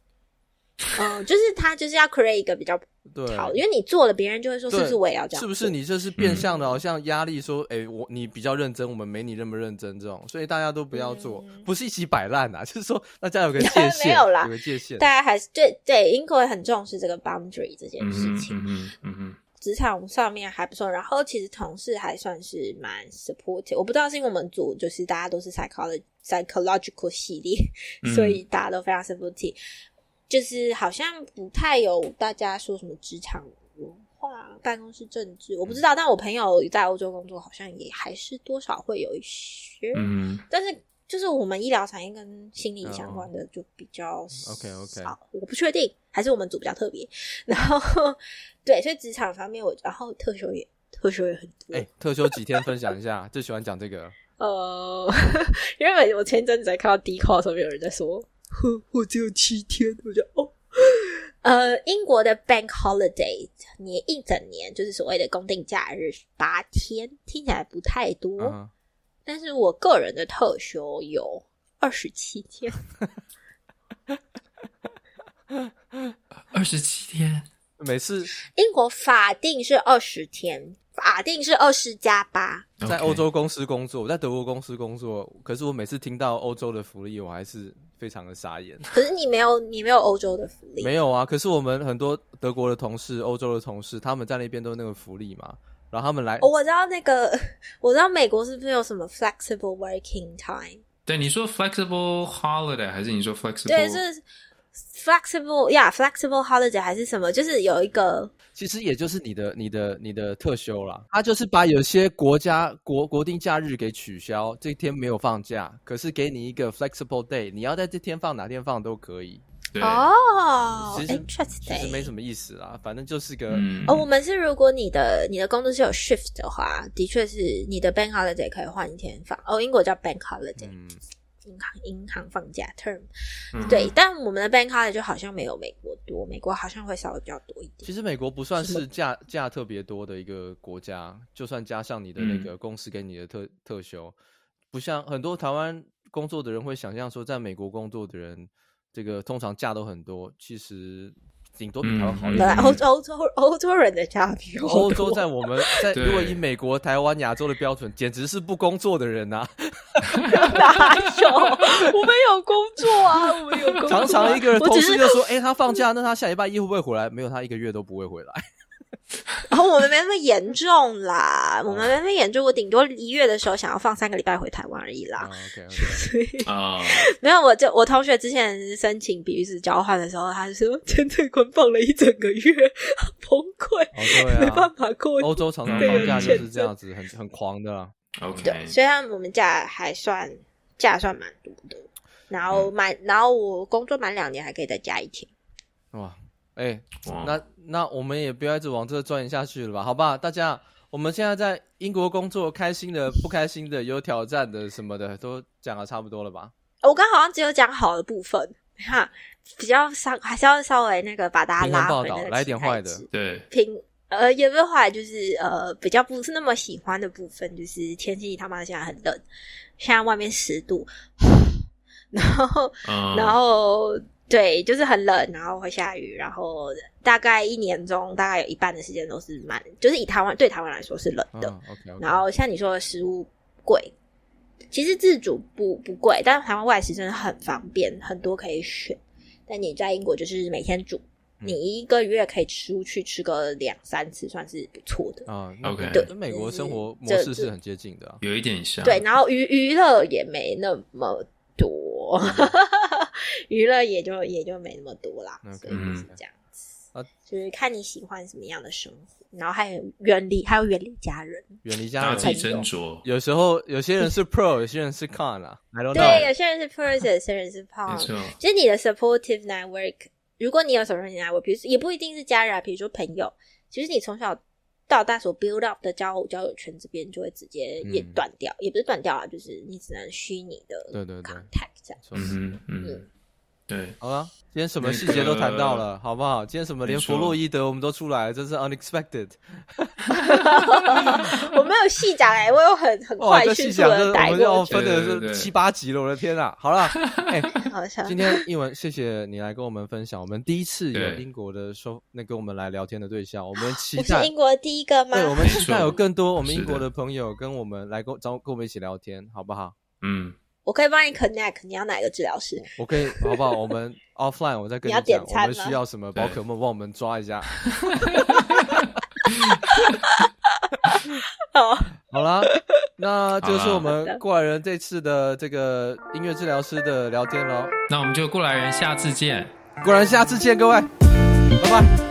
S2: 嗯，就是他就是要 create 一个比较
S1: 对，
S2: 好，因为你做了，别人就会说
S1: 对
S2: 是不是我也要这样？
S1: 是不是？你这是变相的，
S3: 嗯
S1: 好像压力说，哎、我你比较认真，我们没你那么认真这种，所以大家都不要做，
S2: 嗯
S1: 不是一起摆烂啊， 就是说大家有个界限，
S2: 没有啦
S1: 个界限
S2: 大。家还是对对，英国很重视这个 boundary 这件
S3: 嗯
S2: 事
S3: 嗯
S2: 情。
S3: 嗯嗯嗯
S2: 职场上面还不错，然后其实同事还算是蛮 supportive。我不知道是因为我们组就是大家都是 psychology psychological 系列，
S3: 嗯
S2: 所以大家都非常 supportive，就是好像不太有大家说什么职场文化、办公室政治，我不知道。但我朋友在欧洲工作，好像也还是多少会有一些，
S3: 嗯
S2: 但是。就是我们医疗产业跟心理相关的就比较
S1: 嗯
S2: 少
S1: OK，OK
S2: 我不确定，还是我们组比较特别。然后对，所以职场方面我，然后特休也特休也很多。
S1: 哎、特休几天分享一下，最喜欢讲这个。
S2: 呃， 因为我前一阵子才看到 D 考上面有人在说，哼我只有七天，我就哦。呃，英国的 Bank Holiday 年一整年就是所谓的公定假日八天，听起来不太多，
S1: 嗯哼，
S2: 但是我个人的特休有二十七天，
S3: 嗯，二十七天，
S1: 每次
S2: 英国法定是二十天，法定是二十加八。
S1: 在
S3: OK
S1: 欧洲公司工作，我在德国公司工作，可是我每次听到欧洲的福利，我还是非常的傻眼。
S2: 可是你没有，你没有欧洲的福利，
S1: 没有啊，可是我们很多德国的同事、欧洲的同事，他们在那边都有那个福利嘛，然后他们来，
S2: 哦，我知道那个，我知道美国是不是有什么 flexible working time？
S3: 对你说 flexible holiday 还是你说 flexible？
S2: 对，就是 flexible 呀、yeah,，flexible holiday 还是什么？就是有一个
S1: 其实也就是你的、你的、你的特休啦，他就是把有些国家国国定假日给取消，这天没有放假，可是给你一个 flexible day，你要在这天放哪天放都可以。
S3: 对，
S2: 哦
S1: 其实其实没
S2: ，interesting。
S1: 什么意思啦，反正就是个、
S3: 嗯
S2: 哦，我们是如果你的你的工作是有 shift 的话，的确是你的 bank holiday 可以换一天放。哦，英国叫 bank holiday，、
S1: 嗯，
S2: 银行银行放假 term。
S3: 嗯
S2: 对，但我们的 bank holiday 就好像没有美国多，美国好像会稍微比较多一点。
S1: 其实美国不算是假假特别多的一个国家，就算加上你的那
S3: 嗯
S1: 个公司给你的特、特休，不像很多台湾工作的人会想象说，在美国工作的人，这个通常假都很多，其实顶多比台湾好一
S3: 嗯
S1: 点。
S2: 本来欧洲欧洲欧洲人的假比我
S1: 欧洲
S2: 多
S1: 在我们在
S3: 对
S1: 如果以美国、台湾、亚洲的标准，简直是不工作的人呐、啊
S4: 哪有？我们有工作啊，我们有工作啊、
S1: 常常一个
S4: 我
S1: 同
S4: 只
S1: 事
S4: 是
S1: 就说：“哎、他放假，那他下礼拜一会不会回来？”没有，他一个月都不会回来。
S2: 然哦后我们没那么严重啦，
S1: 哦
S2: 我们没那么严重，我顶多一月的时候想要放三个礼拜回台湾而已啦。
S1: OK OK，
S3: 啊，
S1: 嗯
S2: 没有，我就我同学之前申请比利时交换的时候，他就说真的捆放了一整个月，崩溃，
S1: 哦对
S2: 没办
S1: 啊，
S2: 法过。
S1: 欧洲常常放假就是这样子，很很狂的啊啦。
S3: OK，
S2: 对，
S1: 嗯
S2: 所以他们我们假还算假算蛮多的，然
S1: 嗯
S2: 后满、然后我工作满两年还可以再加一天。
S1: 哇，哎、
S3: 哇
S1: 那那我们也不要一直往这钻研下去了吧？好吧，大家，我们现在在英国工作，开心的、不开心的、有挑战的什么的，都讲的差不多了吧？
S2: 哦我刚好像只有讲好的部分， 哈，比较稍还是要稍微那个把大家
S1: 平衡
S2: 拉
S1: 报
S2: 回
S1: 道
S2: 那个
S1: 来
S2: 期
S1: 点
S2: 待
S1: 坏的
S2: 值
S3: 对，
S2: 平呃，也不是后来就是呃，比较不是那么喜欢的部分，就是天气他妈现在很冷，现在外面十度， 然后
S3: 嗯，
S2: 然后对，就是很冷，然后会下雨，然后大概一年中大概有一半的时间都是蛮，就是以台湾对台湾来说是冷
S3: 啊
S1: 嗯
S2: 的，
S1: ，OK OK。
S2: 然后像你说的食物贵。其实自主不不贵，但是台湾外食真的很方便，很多可以选。但你在英国就是每天煮，
S1: 嗯
S2: 你一个月可以出去吃个两三次，算是不错的。
S1: 啊那
S3: OK
S1: 跟
S2: 对
S1: 美国生活模
S2: 这
S1: 式
S2: 这
S1: 是很接近的啊、
S3: 有一点像，
S2: 对，然后娱娱乐也没那么多， 娱乐也就也就没那么多啦
S1: OK 嗯
S2: 所以就是这样子。
S1: 啊
S2: 就是看你喜欢什么样的生活，然后还有远离，还有远离家人。
S1: 远离
S3: 大
S1: 家
S3: 家自己
S1: 人。
S3: 斟酌，
S1: 有时候有些人是 pro，有些人是 con 啊，I don't
S2: 对，有
S1: know。
S2: 些人是 person，有些 人是
S3: 没
S2: pound，
S3: 错，
S2: 就是你的 supportive network，如果你有 supportive network，比如说也不一定是家人啊，比如说朋友，其实你从小到大所 build up 的交交友圈这边就会直接也
S1: 嗯
S2: 断掉，也不是断掉啊，就是你只能虚拟的
S1: 对对对
S2: contact 这样。
S1: 说是
S3: 嗯哼嗯，对，
S1: 好了，今天什么细节都谈到了，好不好？今天什么连
S3: 没错
S1: 弗洛伊德我们都出来了，真是 unexpected。
S2: 我没有细讲哎、我有很很
S1: 哇，
S2: 快
S1: 这哦
S2: 迅
S1: 细
S2: 速
S1: 讲这
S2: 的
S1: 我
S2: 带
S1: 们要
S2: 过去，
S1: 分的
S3: 对对对
S1: 是七八集了，我的天啊！ 好了，哎，
S2: 好像
S1: 今天英文，谢谢你来跟我们分享，我们第一次有
S3: 对
S1: 英国的收，那跟我们来聊天的对象，我们期
S2: 我是
S1: 待
S2: 英，国第一个吗？
S1: 对，我们
S3: 没
S1: 期待
S3: 错
S1: 有更多我们
S3: 是
S1: 英国
S3: 的
S1: 的朋友跟我们来跟找跟我们一起聊天，好不好？
S3: 嗯，
S2: 我可以帮你 connect，你要哪个治疗师？
S1: 我可以，好不好？我们 offline 我再跟
S2: 你要
S1: 讲，
S2: 点
S1: 我
S2: 餐
S1: 们
S2: 吗
S1: 需要什么宝可梦，帮我们抓一下。
S2: 好，
S1: 好 啦，那就是
S3: 好啦
S1: 我们过来人这次的这个音乐治疗师的聊天喽。
S3: 那我们就过来人，下次见。
S1: 果然，下次见，各位，拜拜。